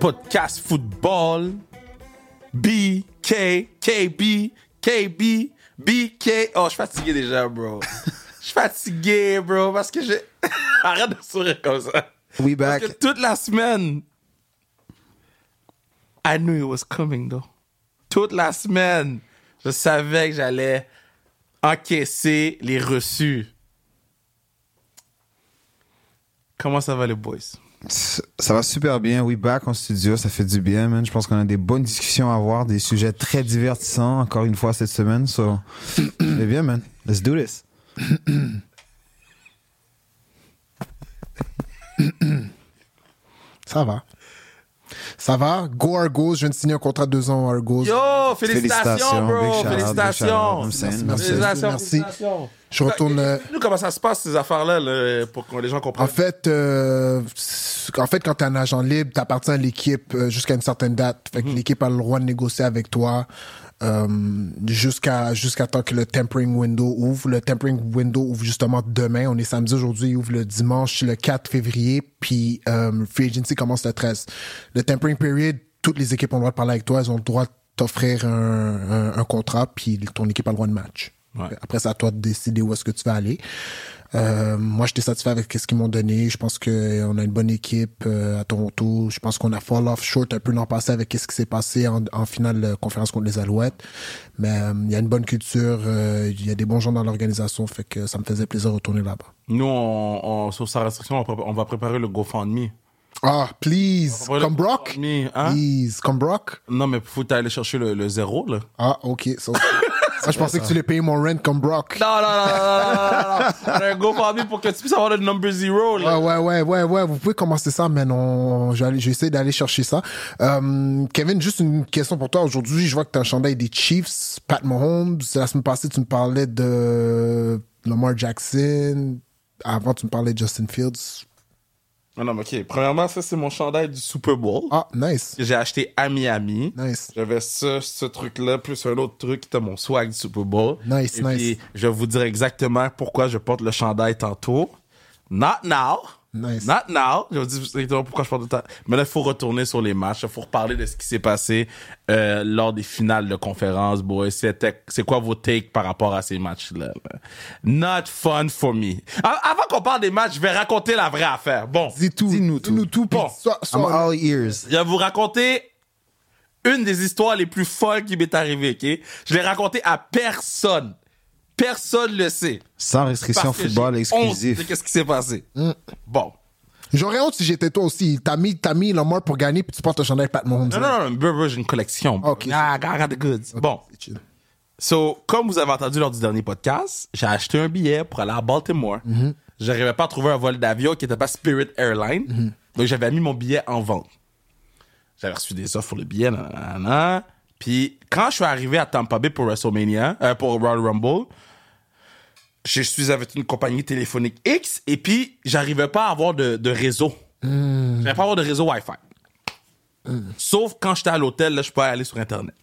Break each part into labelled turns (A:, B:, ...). A: podcast football. B, K, KB, KB, BK. Oh, je suis fatigué déjà, bro. Je suis fatigué, bro, parce que j'ai. Arrête de sourire comme ça.
B: We back.
A: Parce que toute la semaine. I knew it was coming, though. Toute la semaine, je savais que j'allais encaisser les reçus. Comment ça va, les boys?
B: Ça va super bien. We back en studio. Ça fait du bien, man. Je pense qu'on a des bonnes discussions à avoir, des sujets très divertissants, encore une fois, cette semaine. So, on est bien, man. Let's do this.
C: Ça va. Ça va. Go Argos. Je viens de signer un contrat de deux ans à Argos.
A: Yo, félicitations,
B: Félicitations, big
A: bro!
B: shout-out, big
A: Félicitations!
B: shout-out. I'm saying,
C: merci,
A: Félicitations,
C: merci.
A: félicitations.
C: Je retourne. euh,
A: Nous, comment ça se passe, ces affaires-là, là, pour que les gens comprennent?
C: En fait, euh, en fait, quand t'es un agent libre, t'appartiens à l'équipe euh, jusqu'à une certaine date. Fait que l'équipe a le droit de négocier avec toi euh, jusqu'à jusqu'à temps que le tempering window ouvre. Le tempering window ouvre justement demain. On est samedi aujourd'hui, il ouvre le dimanche, le 4 février, puis euh, free agency commence le 13. Le tempering period, toutes les équipes ont le droit de parler avec toi. Elles ont le droit de t'offrir un, un- un contrat, puis ton équipe a le droit de match.
A: Ouais.
C: Après, c'est à toi de décider où est-ce que tu vas aller. Euh, moi, j'étais satisfait avec ce qu'ils m'ont donné. Je pense qu'on a une bonne équipe euh, à Toronto. Je pense qu'on a fall off short un peu l'an passé avec ce qui s'est passé en, en finale de conférence contre les Alouettes. Mais euh, il y a une bonne culture, euh, il y a des bons gens dans l'organisation, fait que ça me faisait plaisir de retourner là-bas.
A: Nous, on, on- sauf sa restriction, on, prép- on va préparer le GoFundMe.
C: Ah, please,
A: On va préparer le
C: comme Brock.
A: GoFundMe, hein?
C: Please, comme Brock.
A: Non, mais faut aller chercher le, le zéro, là.
C: Ah, ok. ça- Ah, je pensais que tu les payais mon rent comme Brock.
A: Non, non, non, non, non, non, non. On a un GoFundMe pour que tu puisses avoir le number zero,
C: Ouais,
A: là.
C: ouais, ouais, ouais, ouais, vous pouvez commencer ça, mais non, je vais aller- je vais essayer d'aller chercher ça. Euh, Kevin, juste une question pour toi. Aujourd'hui, je vois que tu as un chandail des Chiefs, Pat Mahomes. La semaine passée, tu me parlais de Lamar Jackson. Avant, tu me parlais de Justin Fields.
A: Non, non, mais OK. Premièrement, ça, c'est mon chandail du Super Bowl
C: Ah, nice.
A: que j'ai acheté à Miami.
C: Nice.
A: J'avais ce, ce truc-là, plus un autre truc qui était mon swag du Super Bowl.
C: Nice,
A: Et
C: nice.
A: Puis, je vais vous dire exactement pourquoi je porte le chandail tantôt. Not now.
C: Nice.
A: Not now. Je vais vous dire exactement pourquoi je porte le temps. Mais là, il faut retourner sur les matchs. Il faut reparler de ce qui s'est passé euh, lors des finales de conférence, boy. C'était, c'est quoi vos takes par rapport à ces matchs-là? là? Not fun for me. A- avant qu'on parle des matchs, je vais raconter la vraie affaire. Bon.
C: Dis tout.
B: Dis-nous tout.
C: Dis-nous tout. puis
A: Bon.
C: sois-
B: I'm
C: sois-
B: all ears.
A: Je vais vous raconter une des histoires les plus folles qui m'est arrivée, ok? Je l'ai racontée à personne. Personne le sait.
B: Sans
A: Parce
B: restriction
A: que
B: football
A: j'ai honte de
B: exclusif.
A: Qu'est-ce qui s'est passé? Bon.
C: J'aurais honte si j'étais toi aussi. T'as mis, t'as mis Lamar pour gagner, puis tu portes un chandail Pat Mahomes.
A: Non, non, non, non, bro, bro, j'ai une collection. bro.
C: Ok.
A: Ah, I got- I got the goods. Bon.
C: C'est chill.
A: So, comme vous avez entendu lors du dernier podcast, j'ai acheté un billet pour aller à Baltimore. J'arrivais pas à trouver un vol d'avion qui n'était pas Spirit Airlines. Donc, j'avais mis mon billet en vente. J'avais reçu des offres pour le billet, nanana. Puis, quand je suis arrivé à Tampa Bay pour WrestleMania, euh, pour Royal Rumble, je suis avec une compagnie téléphonique X et puis, j'arrivais pas à avoir de, de réseau.
B: Euh.
A: J'arrivais pas à avoir de réseau Wi-Fi. Sauf quand j'étais à l'hôtel, là, je pouvais aller sur Internet.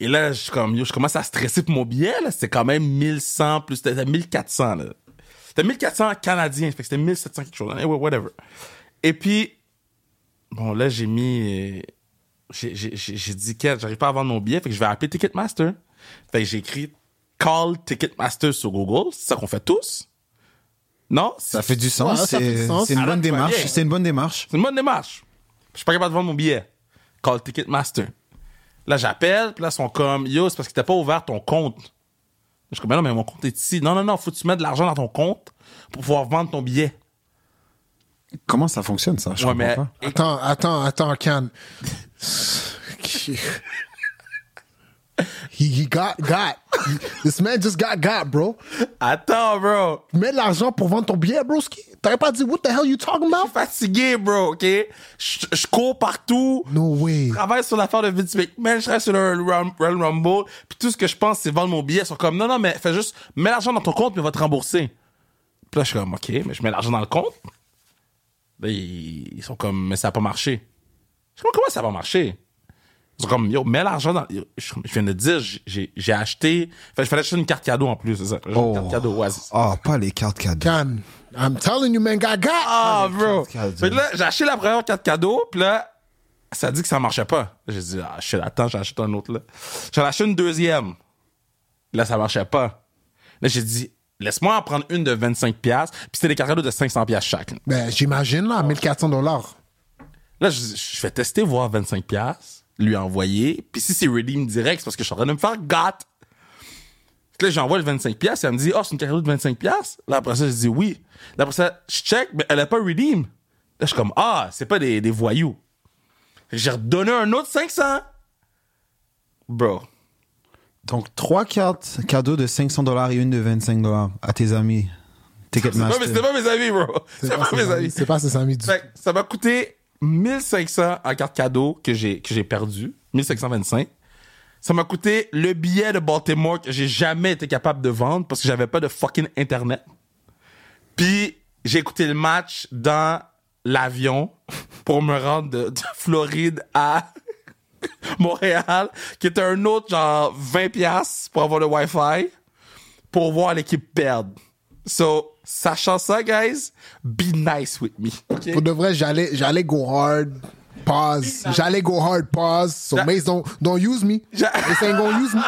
A: Et là, je, suis comme, yo, je commence à stresser pour mon billet. Là. C'était quand même 1100 plus... C'était 1400, là. C'était 1400 canadiens. Fait que c'était 1700 quelque chose. Anyway, whatever. Et puis, bon, là, j'ai mis... euh, J'ai, j'ai, j'ai j'ai dit, Kat, j'arrive pas à vendre mon billet. Fait que je vais appeler Ticketmaster. Fait que j'ai écrit Call Ticketmaster sur Google. C'est ça qu'on fait tous. Non?
B: Ça fait du sens.
C: Ouais, ça fait du
B: c'est-
C: sens.
B: C'est une
A: Alors,
B: bonne
A: tu vas
B: démarche.
A: bien.
B: C'est une bonne démarche.
A: C'est une bonne démarche. Je suis pas capable de vendre mon billet. Call Ticketmaster. Là, j'appelle, puis là, ils sont comme, yo, c'est parce que t'as pas ouvert ton compte. Je suis comme, Ben non, mais mon compte est ici. Non, non, non, faut que tu mettes de l'argent dans ton compte pour pouvoir vendre ton billet.
B: Comment ça fonctionne, ça? Je
A: Ouais,
B: comprends
A: mais.
B: pas.
A: Et-
C: Attends, attends, attends, Can. he, he got got. This man just got got, bro.
A: Attends, bro.
C: Tu mets de l'argent pour vendre ton billet, bro. ce qui- T'aurais pas dit, what the hell you talking
A: Je
C: about?
A: suis fatigué, bro, OK? Je je cours partout.
C: No way.
A: Je travaille sur l'affaire de Vince McMahon, je travaille sur le Rum- Royal Rumble, puis tout ce que je pense, c'est vendre mon billet. Ils sont comme, non, non, mais fais juste, mets l'argent dans ton compte, puis on va te rembourser. Puis là, je suis comme, OK, mais je mets l'argent dans le compte. Là, ils ils sont comme, mais ça n'a pas marché. Je suis comme, comment ça va marcher? Ils sont comme, yo, mets l'argent dans. yo, Je, je viens de dire, j'ai j'ai acheté. Fait, je fallait acheter une carte cadeau en plus, c'est ça. Une carte cadeau, ouais, c'est ça.
B: Oh, pas les cartes cadeaux.
C: Can, I'm telling you, man, got got.
A: Ah, bro!
B: cartes cadeaux.
A: Fait que là, j'ai acheté la première carte cadeau, puis là, ça dit que ça marchait pas. J'ai dit, ah, je suis attends, j'en achète un autre là. J'en achète une deuxième. Là, ça marchait pas. Là, j'ai dit, laisse-moi en prendre une de 25$. Puis c'était des cartes de 500$ chaque.
C: Ben, j'imagine, là, 1400 dollars.
A: Là, je, je vais tester, voir 25$, lui envoyer. Puis si c'est redeem direct, c'est parce que je suis en train de me faire gâte. Fait que Là, j'envoie le 25$, elle me dit, oh, c'est une carte de 25$. Là, après ça, je dis oui. Là, après ça, je check, mais elle a pas redeem. Là, je suis comme, ah, c'est pas des, des voyous. Fait que J'ai redonné un autre 500$. Bro.
B: Donc, trois cartes cadeaux de 500 dollars et une de 25 dollars à tes
A: Non,
B: amis.
A: mais c'était
B: Ticketmaster.
A: pas mes amis, bro. C'est pas, mes amis.
C: C'est pas ses amis du
A: Fait que ça m'a coûté 1500 en carte cadeau que j'ai, que j'ai perdu. 1525. Ça m'a coûté le billet de Baltimore que j'ai jamais été capable de vendre parce que j'avais pas de fucking internet. Puis j'ai écouté le match dans l'avion pour me rendre de, de Floride à Montréal, qui était un autre genre 20 pièces pour avoir le Wi-Fi pour voir l'équipe perdre. So, sachant ça, guys, be nice with me. ok?
C: Pour de vrai, j'allais, j'allais go hard, pause. J'allais go hard, pause. So,
A: Ja-
C: mais don't, don't use me.
A: Ja-
C: Mace ain't gonna use me.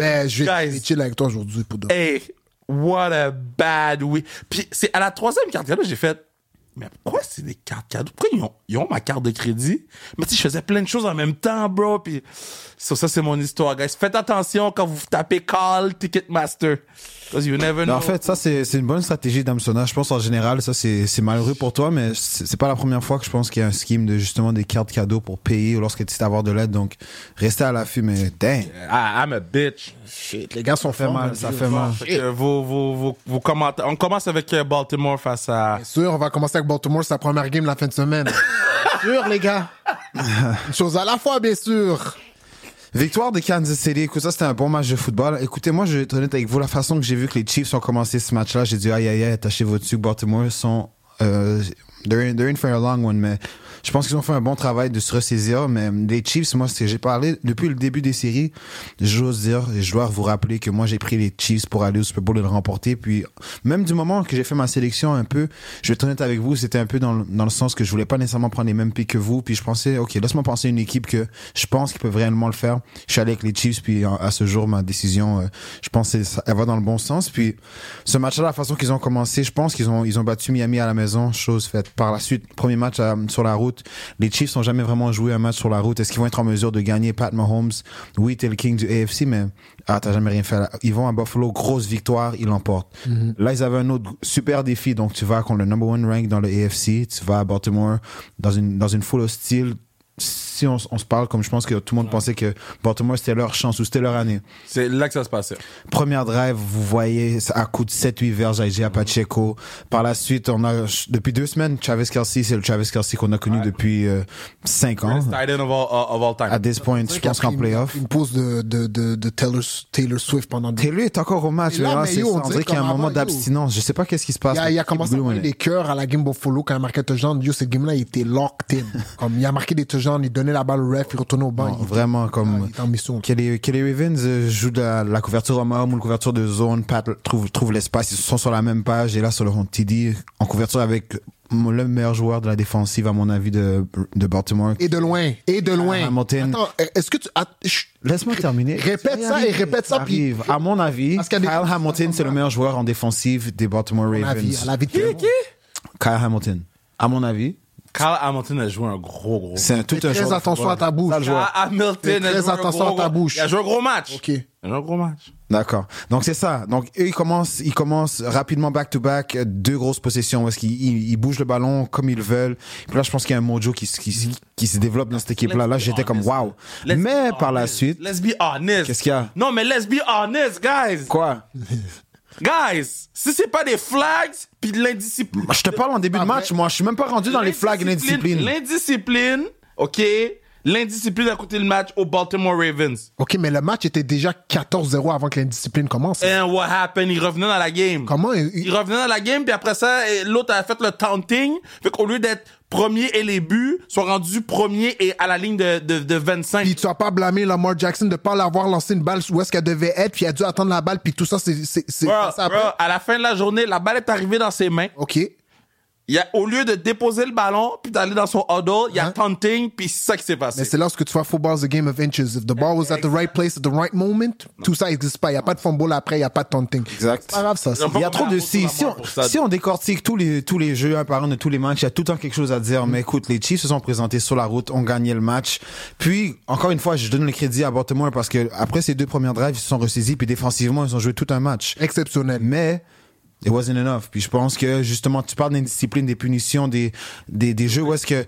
C: Mais je vais
A: Guys.
C: je vais chill avec toi aujourd'hui pour de
A: Hey, what a bad week. Puis c'est à la troisième carte cadeau, j'ai fait, mais pourquoi c'est des cartes cadeaux? Pourquoi ils ont, ils ont ma carte de crédit? Mais tu sais, je faisais plein de choses en même temps, bro. Puis so, ça, c'est mon histoire, guys. Faites attention quand vous tapez call Ticketmaster. Because you never
B: Mais
A: know.
B: Ben, en fait, ça, c'est c'est une bonne stratégie d'Amsona. Je pense en général, ça, c'est c'est malheureux pour toi, mais c'est c'est pas la première fois que je pense qu'il y a un scheme de justement des cartes cadeaux pour payer ou lorsque tu sais avoir de l'aide. Donc, restez à l'affût, mais dang,
A: Ah, I'm a bitch.
C: Shit, les gars sont
B: ça fait
C: forts,
B: mal,
C: man.
B: ça fait mal.
A: Fait que vos, vos, vos, vos commentaires. On commence avec euh, Baltimore face à.
C: Bien sûr, on va commencer avec Baltimore, sa première game la fin de semaine. Bien sûr, les gars. Une chose à la fois, bien sûr.
B: Victoire de Kansas City. Écoute, ça, c'était un bon match de football. Écoutez, moi, je vais être honnête avec vous. La façon que j'ai vu que les Chiefs ont commencé ce match-là, j'ai dit, aïe, aïe, aïe, attachez votre dessus. Baltimore sont, euh, they're in, they're in for a long one, mais je pense qu'ils ont fait un bon travail de se ressaisir. Mais les Chiefs, moi, c'est, j'ai parlé depuis le début des séries. J'ose dire, et je dois vous rappeler que moi, j'ai pris les Chiefs pour aller au Super Bowl et le remporter. Puis, même du moment que j'ai fait ma sélection un peu, je vais être honnête avec vous, c'était un peu dans le, dans le sens que je voulais pas nécessairement prendre les mêmes pics que vous. Puis, je pensais, OK, laisse-moi penser à une équipe que je pense qu'ils peuvent réellement le faire. Je suis allé avec les Chiefs, puis en- à ce jour, ma décision, euh, je pense que ça- elle va dans le bon sens. Puis, ce match-là, la façon qu'ils ont commencé, je pense qu'ils ont, ils ont battu Miami à la maison, chose faite. Par la suite, premier match à- sur la route. Les Chiefs n'ont jamais vraiment joué un match sur la route. Est-ce qu'ils vont être en mesure de gagner Pat Mahomes? Oui, t'es le king du AFC, mais ah, t'as jamais rien fait. là. Ils vont à Buffalo, grosse victoire, ils l'emportent. Là, ils avaient un autre super défi. Donc, tu vas contre le number one rank dans le AFC. Tu vas à Baltimore dans une, dans une foule hostile. Si on, s- on se parle comme je pense que tout le monde pensait que Baltimore, c'était leur chance ou c'était leur année.
A: C'est là que ça se passait.
B: Ah. Première drive, vous voyez, ça- à coup de 7-8 verges, à
C: Mhm.
B: Igea Pacheco. Par la suite, on a, depuis deux semaines, Travis Kelsey, c'est le Travis Kelsey qu'on a connu depuis 5 ans.
A: Greatest tight end of all, of all time.
B: À this point, je pense
C: Qui a
B: qu'en
C: pris une-
B: playoff.
C: Une pause de, de, de, de Taylor, Taylor Swift pendant deux.
B: Taylor est encore au match,
C: Et là,
B: mais là,
C: mais
B: c'est
C: yo,
B: ça.
C: on
B: On
C: dirait
B: dirait qu'il y a un
C: comme
B: moment
C: avant, yo.
B: d'abstinence. Je sais pas qu'est-ce qui se passe.
C: Il a, il a
B: Keep
C: commencé à
B: doing
C: marquer
B: it.
C: des cœurs à la game Buffalo quand il a marqué un touchdown. Yo, cette game-là, il était locked in. Comme il a marqué des touchdowns, il donnait la balle au ref, il retournait au banc.
B: Non,
C: il-
B: vraiment
C: Ah, il
B: comme
C: était en mission.
B: Kelly, Kelly Ravens euh, joue de la, la couverture homme à homme ou la couverture de zone Pat trouve, trouve l'espace ils sont sur la même page et là sur le rond TD en couverture avec mon- le meilleur joueur de la défensive à mon avis de, de Baltimore
C: Et de loin, et de loin.
B: Ah, Hamilton.
C: Attends, est-ce que tu. att- chut.
B: laisse-moi terminer
C: Répète ça et répète ça, puis-
B: arrive. à mon avis
C: Parce qu'il
B: Kyle
C: y a des-
B: Hamilton c'est le meilleur joueur en défensive des Baltimore
C: à la vie, à
B: Ravens
C: la vie de
A: Qui,
C: Taylor.
A: qui?
B: Kyle Hamilton à mon avis
A: Kyle Hamilton a joué un gros, gros.
B: c'est un tout
C: Fais
B: un joueur
C: très
B: de
C: attention
B: football.
C: à ta bouche.
B: Ça, le joueur.
A: Ah, Hamilton.
C: Fais
A: a joué
C: très
A: un
C: attention
A: gros,
C: à ta
A: gros-
C: bouche.
A: Il a joué un gros match.
C: Ok.
A: Il a joué un gros match.
B: D'accord. Donc c'est ça. Donc eux ils commencent, ils commencent rapidement back to back euh, deux grosses possessions parce qu'ils ils, ils bougent le ballon comme ils veulent. Puis là je pense qu'il y a un mojo qui se- qui, se- qui se développe dans cette équipe là. Là j'étais comme waouh.
A: Let's
B: Mais
A: be
B: par la
A: honest.
B: suite,
A: Let's be honest.
B: Qu'est-ce qu'il y a?
A: Non, mais let's be honest, guys.
B: quoi
A: Guys, si c'est pas des flags puis de l'indiscipline.
B: Je te parle en
C: Ah,
B: début de match. Moi je suis même pas rendu dans les flags et l'indiscipline.
A: L'indiscipline, OK? L'indiscipline a coûté le match aux Baltimore Ravens.
C: Ok, mais le match était déjà 14-0 avant que l'indiscipline commence.
A: And what happened? Ils revenaient dans la game.
C: Comment il- il-
A: Il revenait dans la game, puis après ça, eh, l'autre a fait le taunting. Fait qu'au lieu d'être premier et les buts, sont rendus premiers et à la ligne de, de, de 25.
C: Puis tu as pas blâmé Lamar Jackson de pas l'avoir lancé une balle où est-ce qu'elle devait être, puis il a dû attendre la balle, puis tout ça, c'est. c'est- c'est
A: Bro,
C: passé après.
A: bro, à la fin de la journée, la balle est arrivée dans ses mains.
C: Ok.
A: Il a, au lieu de déposer le ballon, puis d'aller dans son huddle, il y a taunting, puis c'est ça qui s'est passé.
C: Mais c'est lorsque tu vois football, the game of inches. If the ball was at the right place at the right moment, tout ça n'existe pas. Il n'y a pas de fumble après, il n'y a pas de taunting.
B: Exact.
C: C'est pas grave, ça.
A: Non,
B: Il y a trop de
A: Pour
B: si.
A: ça,
B: Si on,
A: pour ça.
B: si on décortique tous les, tous les jeux un par un de tous les matchs, il y a tout le temps quelque chose à dire. Mais écoute, les Chiefs se sont présentés sur la route, ont gagné le match. Puis, encore une fois, je donne le crédit à Baltimore parce que après ces deux premières drives, ils se sont ressaisis. Puis défensivement, ils ont joué tout un match.
C: Exceptionnel.
B: Mais it wasn't enough. Puis je pense que justement, tu parles d'indiscipline, des punitions, des, des, des jeux où est-ce que.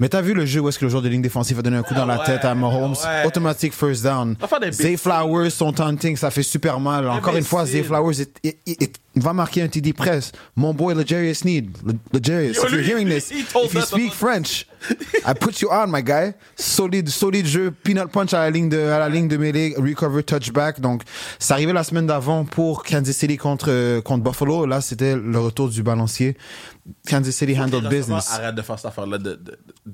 B: Mais t'as vu le jeu où est-ce que le joueur de ligne défensive a donné un coup dans la
A: Oh. ouais,
B: tête à Mahomes?
A: ouais.
B: Automatic first down.
A: Va faire des
B: Zay Flowers, son taunting, ça fait super mal. Encore une fois, Zay
A: Imbécile.
B: Flowers it- it- it- it va marquer un TD press. Mon boy, Legarius Need. Legarius,
A: Yo,
B: if you're
A: lui,
B: hearing this,
A: he told
B: if you
A: us
B: speak
A: about-
B: French, I put you on, my guy. Solide, solide jeu. Peanut punch à la ligne de, à la ligne de mêlée. Recover touchback. Donc, ça arrivait la semaine d'avant pour Kansas City contre, euh, contre Buffalo. Là, c'était le retour du balancier. Kansas City handled business.
A: Arrête de faire cette affaire-là, de- de- de-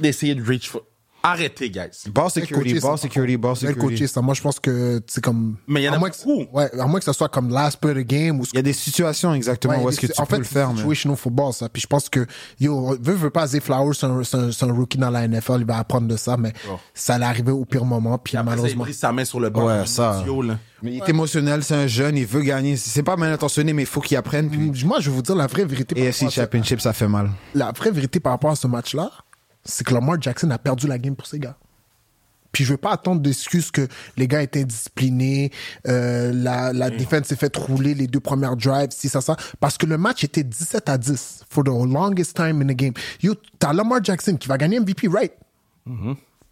A: d'essayer de reach for. Arrêtez, guys.
B: Ball security,
C: Coacher,
B: ball
C: ça.
B: security, ball
C: Bien coaché,
B: security.
C: ça. Moi, je pense que c'est comme.
A: Mais il y en a
C: à moins que-
A: beaucoup.
C: Ouais, à moins que ça soit comme last play of the game ou ce
B: Il y a des situations exactement
C: Ouais,
B: où est-ce que
C: c'est-
B: tu
C: en
B: peux
C: fait,
B: le faire. mais-
C: Jouer chez nos football, ça. Puis je pense que, yo, veut, veut pas, Zay Flowers, c'est un, c'est un- c'est un rookie dans la NFL, il va apprendre de ça, mais
B: Oh.
C: ça l'est arrivé au pire moment, puis
A: Après, ça, il
C: malheureusement.
A: brise sa main sur le banc.
B: Ouais, ça.
A: Idiot, là.
B: Mais il est émotionnel, c'est un jeune, il veut gagner. C'est pas mal intentionné, mais il faut qu'il apprenne. Puis
C: Moi, je vais vous dire la vraie vérité. par
B: AFC
C: rapport à ce-
B: Championship, ça fait mal.
C: La vraie vérité par rapport à ce match-là, c'est que Lamar Jackson a perdu la game pour ses gars. Puis je veux pas attendre d'excuses que les gars étaient indisciplinés, euh, la, la défense s'est fait rouler les deux premières drives, si ça, ça. Parce que le match était 17 à 10 for the longest time in the game. Yo, t'as Lamar Jackson qui va gagner MVP, right?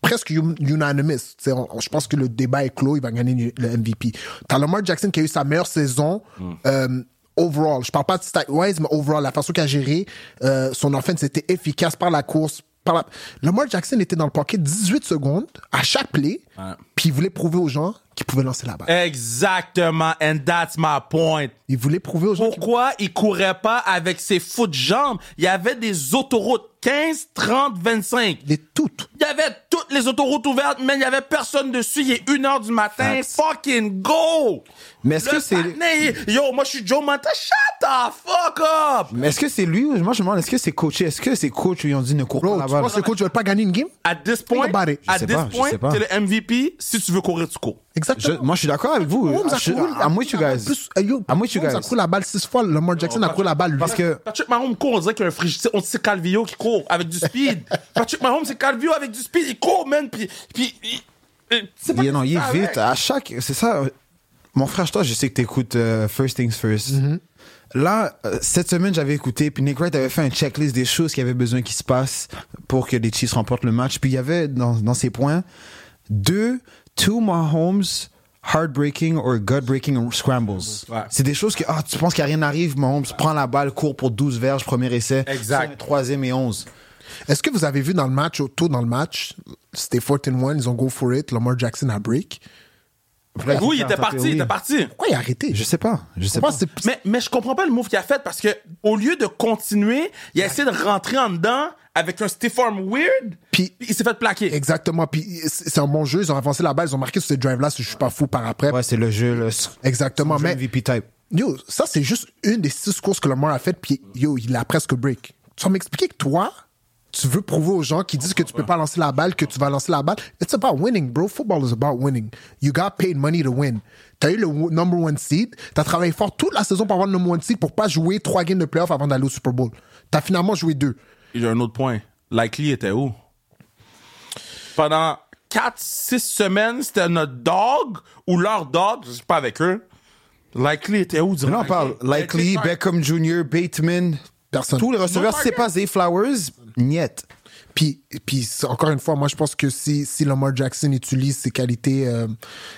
C: presque un- unanimous. Tu sais, on- on- Je pense que le débat est clos, il va gagner le MVP. T'as Lamar Jackson qui a eu sa meilleure saison euh, overall. Je parle pas de stat-wise, mais overall, la façon qu'il a géré euh, son offense était efficace par la course. Par la... Lamar Jackson était dans le pocket 18 secondes à chaque play,
A: Ouais.
C: puis il voulait prouver aux gens qu'il pouvait lancer la
B: Eh.
C: balle.
A: Exactement, and that's my point.
C: Il voulait prouver aux gens
B: Oh.
C: qu'il
A: Pourquoi il courait pas avec ses fous de jambes? Il y avait des autoroutes 15, 30, 25.
C: les toutes.
A: Il y avait toutes les autoroutes ouvertes, mais il n'y avait personne dessus. Il est 1h du matin.
B: Facts.
A: Fucking go!
B: Mais est-ce
A: Le
B: que c'est-
A: patiné, Yo, moi, je suis Joe Manta. Shut the fuck up!
B: Mais est-ce que c'est lui ou moi je me demande est-ce que c'est coaché Est-ce que c'est coach lui ont dit ne cours
C: Bro,
B: pas la
C: tu
B: balle
C: penses que le coach ne veut pas gagner une game?
A: At this point,
C: about it.
B: Je
A: at
B: sais
A: this
B: pas, je
A: point,
B: sais pas.
A: t'es le MVP. Si tu veux courir, tu cours.
B: Je-
C: Exactement.
B: Moi je suis d'accord avec vous. Ah,
C: Mahomes a
B: Je-
C: couru-
B: I'm with you
A: Ah,
B: guys.
C: Plus, eh, yo,
B: I'm with you
C: Mahomes a
B: guys.
C: couru la balle six fois. Lamar Jackson a couru la balle.
B: Parce que
A: Patrick Mahomes court, on dirait qu'il y a un frigidaire. On sait Calvillo qui court avec du speed. Patrick Mahomes, c'est Calvillo avec du speed. Il court, man. Puis, puis il, il- c'est pas
B: il, non, il est
A: Ah,
B: vite
A: ouais.
B: à chaque c'est ça mon frère toi je sais que t'écoutes euh, First Things First.
A: Mm-hmm.
B: Là, euh, cette semaine, j'avais écouté, puis Nick Wright avait fait un checklist des choses qu'il y avait besoin qu'il se passe pour que les Chiefs remportent le match. Puis il y avait dans, dans ses points deux, two Mahomes heartbreaking or gut-breaking scrambles.
A: Ouais.
B: C'est des choses que ah, tu penses qu'il n'y a rien arrive, Mahomes prend la balle, court pour 12 verges, premier essai.
A: Exact.
B: Sur un Troisième et 11.
C: Est-ce que vous avez vu dans le match, au tôt dans le match, c'était 14-1, ils ont go for it, Lamar Jackson a break.
A: Oui, il était parti, il était parti.
C: Pourquoi il a arrêté?
B: Je sais pas, je sais
C: Pourquoi
B: pas.
C: c'est-
A: Mais, mais je comprends pas le move qu'il a fait parce que au lieu de continuer, il a essayé de rentrer en dedans avec un stiff arm weird.
C: Puis-
A: Puis il s'est fait plaquer.
C: Exactement. Puis c'est c'est un bon jeu, ils ont avancé la balle, ils ont marqué sur ce drive-là, si je suis pas fou par après.
B: Ouais, c'est le jeu, le
C: Exactement.
B: jeu
C: Mais
B: MVP type.
C: yo, ça, c'est juste une des six courses que Lamar a faites, puis yo, il a presque break. Tu vas m'expliquer que toi, tu veux prouver aux gens qui disent que tu peux pas lancer la balle, que tu vas lancer la balle. It's about winning, bro. Football is about winning. You got paid money to win. T'as eu le wo- number one seed. T'as travaillé fort toute la saison pour avoir le number one seed pour pas jouer trois games de playoff avant d'aller au Super Bowl. T'as finalement joué deux.
A: Il y a un autre point. Likely était où? Pendant 4-6 semaines, c'était notre dog ou leur dog, je suis pas avec eux. Likely était où?
B: Là, on parle Likely, Beckham Jr., Bateman,
C: Personne.
B: tous les receveurs.
A: No
B: c'est
A: target.
B: pas Zay Flowers, niet.
C: Puis, puis c'est- encore une fois, moi, je pense que si, si Lamar Jackson utilise ses qualités euh,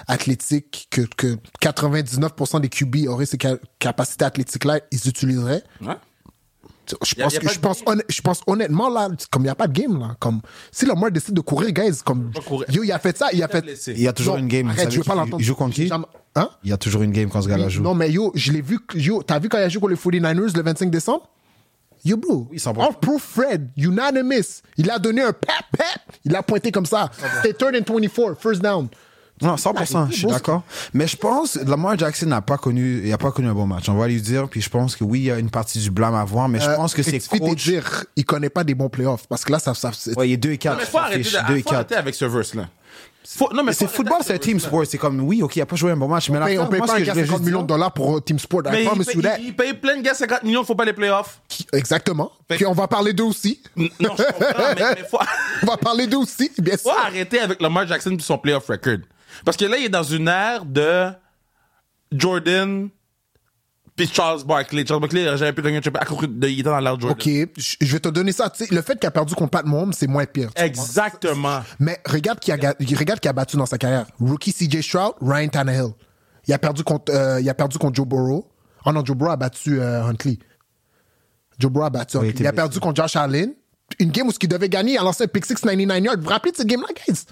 C: athlétiques, que, que 99% des QB auraient ces ca- capacités athlétiques-là, ils utiliseraient. Je
A: Y a-
C: pense,
A: y a
C: que,
A: pas
C: je,
A: de
C: pense
A: game.
C: honn- je pense honnêtement, là, comme il n'y a pas de game, là, comme si Lamar décide de courir, guys, comme
A: pas courir.
C: yo, il a fait ça, il a fait.
A: blessé.
B: Il y a toujours
C: Non,
B: une game. vous
C: Arrête,
B: savez
C: je veux
B: qui-
C: pas l'entendre.
B: Il joue contre qui
C: Jamais- Hein?
B: Il y a toujours une game quand ce gars-là joue.
C: Non, mais yo, je l'ai vu. Yo, t'as vu quand il a joué contre les 49ers le 25 décembre? Yo, bro.
B: Oui, 100%.
C: All proof Fred,
B: Ah
C: unanimous. Il a donné un pep, pep. Il a pointé comme ça. C'était third and 24, first down.
B: Non,
A: Bah,
B: 100%, je suis d'accord. Mais je pense, Lamar Jackson n'a pas connu, il a pas connu un bon match. On va lui dire, puis je pense que oui, il y a une partie du blâme à voir, mais je
C: Euh,
B: pense que
C: il
B: c'est
C: suffit de
B: coach.
C: dire, il connaît pas des bons playoffs parce que là, ça, ça c'est-
B: Ouais, il est 2 et
A: Non,
B: 4.
A: mais faut arrêter, de- faut arrêter avec ce verse-là. Faut- non, mais
B: C'est
A: faut
B: football,
A: arrêter
B: c'est un
A: avec ce
B: team
A: verse-là.
B: sport. C'est comme, oui, OK, il a pas joué un bon match, mais
C: on paye,
B: là,
C: on paye
B: moi, ce
C: pas un
B: que je
C: gars
B: voulais
C: 50
B: juste
C: millions de
B: dire-
C: dollars pour euh, Team Sport. I
A: Mais il,
C: promise you that.
A: paye, il paye plein de gars 50 millions, faut pas les playoffs.
C: Qui- Exactement. Puis on va parler d'eux aussi.
A: N- Non, je comprends, mais, mais faut,
C: On va parler d'eux aussi, bien
A: faut
C: sûr.
A: arrêter avec Lamar Jackson et son playoff record. Parce que là, il est dans une ère de Jordan puis Charles Barkley. Charles Barkley, j'avais pu gagner un championnat à cause de- il était dans l'ère Jordan.
C: Ok, je je vais te donner ça. Tu sais, le fait qu'il a perdu contre Pat Mahomes, c'est moins pire.
A: Exactement.
C: Mais regarde qui a, ga- regarde qui a battu dans sa carrière. Rookie CJ Stroud, Ryan Tannehill. Il a perdu contre, euh, il a perdu contre Joe Burrow. Oh non, Joe Burrow a battu euh, Huntley. Joe Burrow a battu Huntley.
B: il était
C: Il a
B: blessé.
C: perdu contre Josh Allen. Une game où ce qu'il devait gagner, il a lancé un pick 6 99 yards. Vous vous rappelez de cette game-là, guys?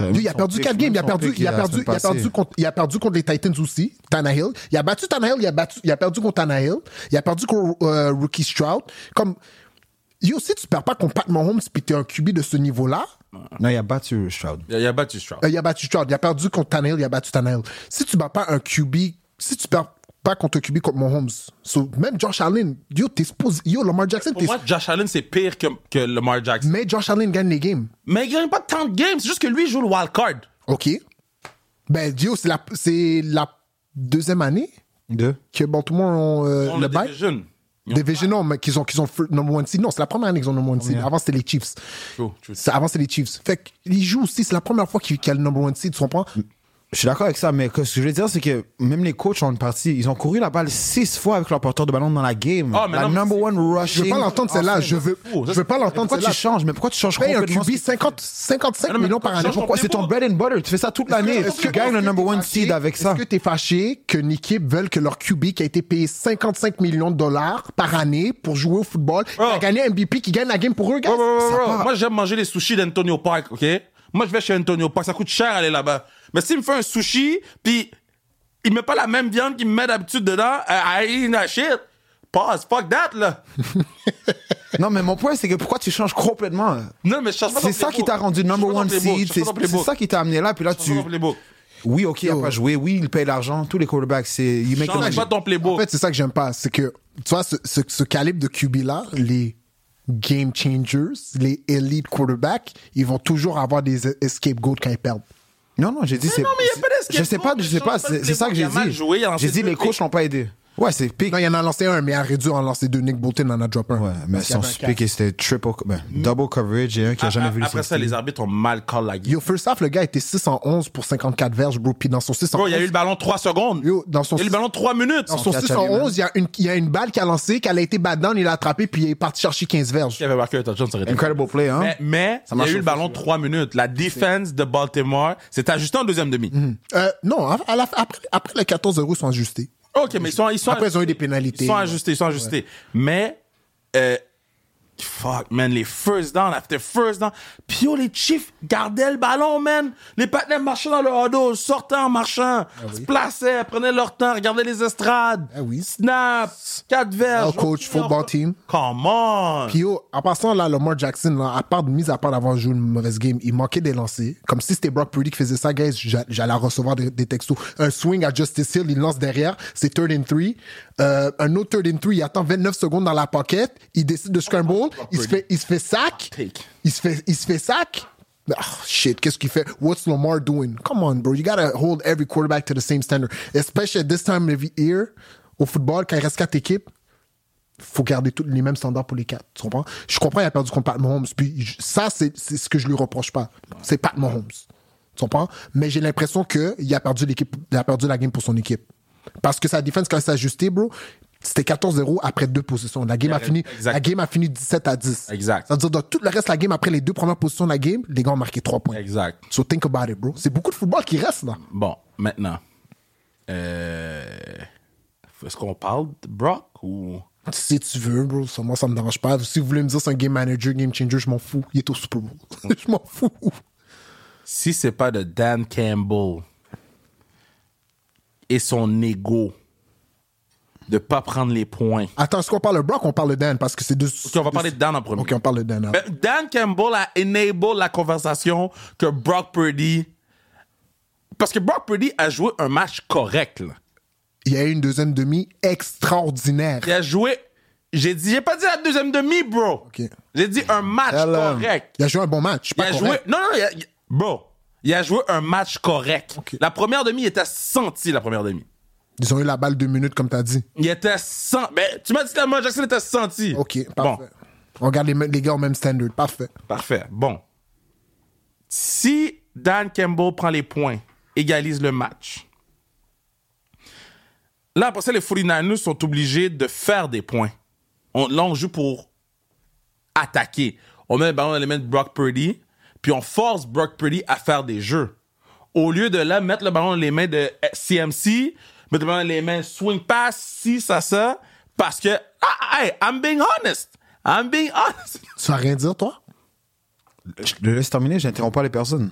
C: Lui, il a
B: Euh, son
C: perdu
B: pick,
C: 4 games. Il a
B: son
C: perdu,
B: pick, euh,
C: il a
B: la
C: perdu,
B: semaine
C: il a
B: passée.
C: perdu contre, il a perdu contre les Titans aussi, Tannehill. Il a battu Tannehill, il a battu, il a perdu contre Tannehill. Il a perdu contre euh, Rookie Stroud. Comme, yo, si tu perds pas contre Pat Mahomes pis t'es un QB de ce niveau-là,
B: Non, il a battu Stroud.
A: Il a, il a battu Stroud.
C: euh, il a battu Stroud, il a perdu contre Tannehill, il a battu Tannehill. Si tu bats pas un QB, si tu perds pas contre un QB contre Mahomes, so, même Josh Allen, yo, t'es supposé, yo, Lamar Jackson,
A: Pour
C: t'es
A: moi, Josh Allen, c'est pire que, que Lamar Jackson.
C: mais Josh Allen gagne les games.
A: Mais il gagne pas tant de games, c'est juste que lui, il joue le wild card.
C: OK. Ben, Dio, c'est la, c'est la deuxième année
B: Deux.
C: que Baltimore ont euh,
A: On
C: le
A: le
C: bail.
A: division. Ils ont-
C: Division, non, mais qu'ils ont, qu'ils ont fir- number one seed. Non, c'est la première année qu'ils ont number one seed. Avant, c'était les Chiefs.
A: True, true.
C: C'est- Avant, c'était les Chiefs. Fait qu'ils jouent aussi. C'est la première fois qu'il qu'il y a le number one seed, tu comprends?
B: Je suis d'accord avec ça, mais que- ce que je veux dire, c'est que même les coachs ont une partie. Ils ont couru la balle six fois avec leur porteur de ballon dans la game.
A: Ah, mais
B: la
A: non, mais
B: number
A: c'est-
B: one
C: Je
B: rushing.
C: veux pas l'entendre celle-là. Je veux,
A: fou. Ça,
C: je veux pas
B: Mais
C: l'entendre
B: Pourquoi tu
C: celle-là.
B: changes Mais pourquoi tu changes
C: Paye un
B: complètement
C: QB
B: ce que tu
C: 50, 55
A: Ah non, mais
C: millions par
A: change
C: année.
A: ton
C: Pourquoi
B: C'est ton bread and butter. Tu fais ça toute l'année.
C: Est-ce
B: Tu
C: que-
B: gagnes
C: est-ce
B: le
C: que
B: number
C: t'es
B: one
C: fâché-
B: seed avec ça.
C: Est-ce que t'es fâché qu'une équipe veuille que leur QB qui a été payé 55 millions de dollars par année pour jouer au football, qui a
A: Oh.
C: gagné un MVP, qui gagne la game pour eux, gars?
A: Bro, bro, bro,
C: Ça
A: bro.
C: part.
A: Moi, j'aime manger les sushis d'Antonio Park, OK? Moi, je vais chez Antonio Park. Ça coûte cher aller là-bas. Mais s'il me fait un sushi, puis il met pas la même viande qu'il me met d'habitude dedans, I I ain't that shit. Pause. Fuck that, là.
B: Non, mais mon point, c'est que pourquoi tu changes complètement
A: Non, mais je change pas ton
B: C'est ça qui
A: playbook.
B: t'a rendu
A: Je change
B: number
A: pas ton
B: one
A: playbook.
B: seed.
A: Je
B: C'est
A: change pas ton
B: c'est
A: playbook.
B: ça qui t'a amené là. Puis là,
A: Je change
B: tu.
A: pas ton playbook.
B: Oui, OK, il a pas joué. Oui, il paye l'argent. Tous les quarterbacks, c'est. You make the
A: Change
B: money.
A: pas ton
C: En
A: playbook.
C: fait, c'est ça que j'aime pas. C'est que, tu vois, ce, ce- ce calibre de QB-là, les game changers, les elite quarterbacks, ils vont toujours avoir des es- escape goats quand ils perdent.
B: Non, non, j'ai dit c'est.
A: non, mais y a pas d'escape
B: Je sais pas,
A: goal,
B: je
A: tu
B: sais
A: changes pas
B: pas.
A: le
B: C'est
A: playbook,
B: c'est ça que
A: il a
B: j'ai
A: mal hein,
B: dit.
A: joué, il a lancé
B: J'ai dit
A: deux
B: les coachs
A: picks.
B: l'ont pas aidé. Ouais, c'est pick.
C: Non, il en a lancé un, mais il a réduit à en lancer deux. Nick Bolton en a drop un.
B: Ouais, mais
C: Parce qu'il y
B: son
C: avait un
B: pick, c'était triple, ben, double coverage et un qui a jamais vu le
A: Ah, Après ça,
B: safety.
A: les arbitres ont mal call la game.
C: Yo, first off, le gars était 6 en 11 pour 54 verges, bro. Puis dans son 6 en
A: Bro, il y a
C: 11,
A: eu le ballon 3 secondes.
C: Yo, dans son
A: Il y a eu le ballon 3 minutes.
C: dans son
B: catch
C: 6 en
B: alley, man.
C: 11, il y, a une- il y a une balle qui a lancé, qu'elle a été bat down, il l'a attrapé, puis il est parti chercher 15 verges.
A: Qui avait marqué un touchdown, ça aurait été-
B: Incredible play, hein?
A: Mais, mais il y a
B: marche
A: eu
B: au
A: le ballon 3 minutes. La défense de Baltimore s'est ajustée en deuxième demi.
C: Euh, non, à- à la- après, après les 14 euros sont ajustés.
A: OK, mais ils sont, ils sont
C: Après, ils ont eu des
A: Ils
C: pénalités.
A: sont ajustés, ils sont ajustés. Mais, euh, fuck, man, les first down after first down. Puis yo, les Chiefs gardaient le ballon, man. Les partenaires marchaient dans leur dos, sortaient en marchant, se plaçaient, prenaient leur temps, regardaient les estrades.
C: Ah oui.
A: Snap, 4 verges.
C: Well, coach,
A: Ok,
C: football
A: on-
C: team.
A: Come on.
C: Puis yo, en passant là, Lamar Jackson, là, à part, mis à part d'avoir joué une mauvaise game, il manquait des lancers. Comme si c'était Brock Purdy qui faisait ça, guys, j'a- j'allais recevoir des, des textos. Un swing à Justice Hill, il lance derrière, c'est third and three. Euh, un autre third and three, il attend 29 secondes dans la pocket, il décide de scramble, il se fait, il se fait sac,
A: Take.
C: il se fait, il se fait sac. Ah, shit, qu'est-ce qu'il fait? What's Lamar doing? Come on, bro. You gotta hold every quarterback to the same standard. Especially at this time of year, au football, quand il reste quatre équipes, faut garder tous les mêmes standards pour les quatre. Tu comprends? Je comprends, il a perdu contre Pat Mahomes. Puis je- ça, c'est c'est ce que je lui reproche pas. C'est Pat Mahomes. Tu comprends? Mais j'ai l'impression qu'il a perdu l'équipe, il a perdu la game pour son équipe. Parce que sa défense, quand elle s'est ajustée, bro, c'était 14-0 après deux positions. La game, a fini,
A: exact.
C: la game a fini 17 à 10.
A: Exact.
C: Ça veut dire dans tout le reste de la game, après les deux premières positions de la game, les gars ont marqué trois points.
A: Exact.
C: So think about it, bro. C'est beaucoup de football qui reste, là.
A: Bon, maintenant. Euh, Est-ce qu'on parle de Brock ou.
C: Si tu veux, bro, ça, moi, ça me dérange pas. Si vous voulez me dire c'est un game manager, game changer, je m'en fous. Il est au Super Bowl. je m'en fous.
A: si c'est pas de Dan Campbell et son ego de pas prendre les points.
C: Attends, est-ce qu'on parle de Brock ou on parle de Dan? Parce que c'est deux...
A: Ok, on va parler de Dan en premier.
C: Ok, on parle de Dan. hein. alors.
A: Ben, Dan Campbell a enable la conversation que Brock Purdy Parce que Brock Purdy a joué un match correct, là.
C: Il y a eu une deuxième demi extraordinaire.
A: Il a joué. J'ai dit, j'ai pas dit la deuxième demi, bro.
C: Ok.
A: J'ai dit un match
B: Tell 'em.
A: correct.
C: Il a joué un bon match.
A: Il
C: pas
A: a
C: correct.
A: joué. Non, non, il a- il- bro. Il a joué un match correct. La première demi, il était senti, la première demi.
C: Ils ont eu la balle deux minutes, comme t'as dit.
A: Il était senti. Mais tu m'as dit que Lamar Jackson était senti.
C: OK,
A: Bon,
C: parfait. On regarde les, me- les gars au même standard. Parfait.
A: parfait. Bon. Si Dan Campbell prend les points, égalise le match. Là, après ça, les 49ers sont obligés de faire des points. On, là, on joue pour attaquer. On met le ballon dans les mains de Brock Purdy, puis on force Brock Purdy à faire des jeux. Au lieu de là, mettre le ballon dans les mains de eh, CMC, mettre le ballon dans les mains swing pass, si, ça, ça, parce que, ah, hey, I'm being honest. I'm being honest.
C: Tu vas rien dire, toi?
B: Je le laisse terminer, j'interromps pas les personnes.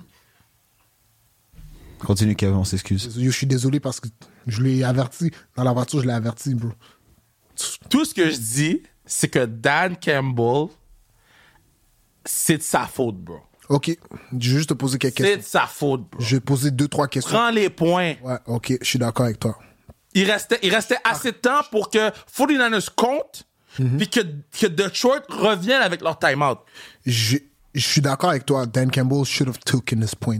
B: Continue, Kevin, on s'excuse.
C: Yo, je suis désolé parce que je l'ai averti. Dans la voiture, je l'ai averti, bro.
A: Tout ce que je dis, c'est que Dan Campbell, c'est de sa faute, bro.
C: OK. Je vais juste te poser quelques
A: C'est de
C: questions.
A: sa faute, bro.
C: Je vais poser deux, trois questions.
A: Prends les points.
C: Ouais, OK. Je suis d'accord avec toi.
A: Il restait, il restait assez de temps pour que 49ers compte,
C: Mhm.
A: puis que, que Detroit revienne avec leur timeout.
C: Je, je suis d'accord avec toi. Dan Campbell should have taken his points.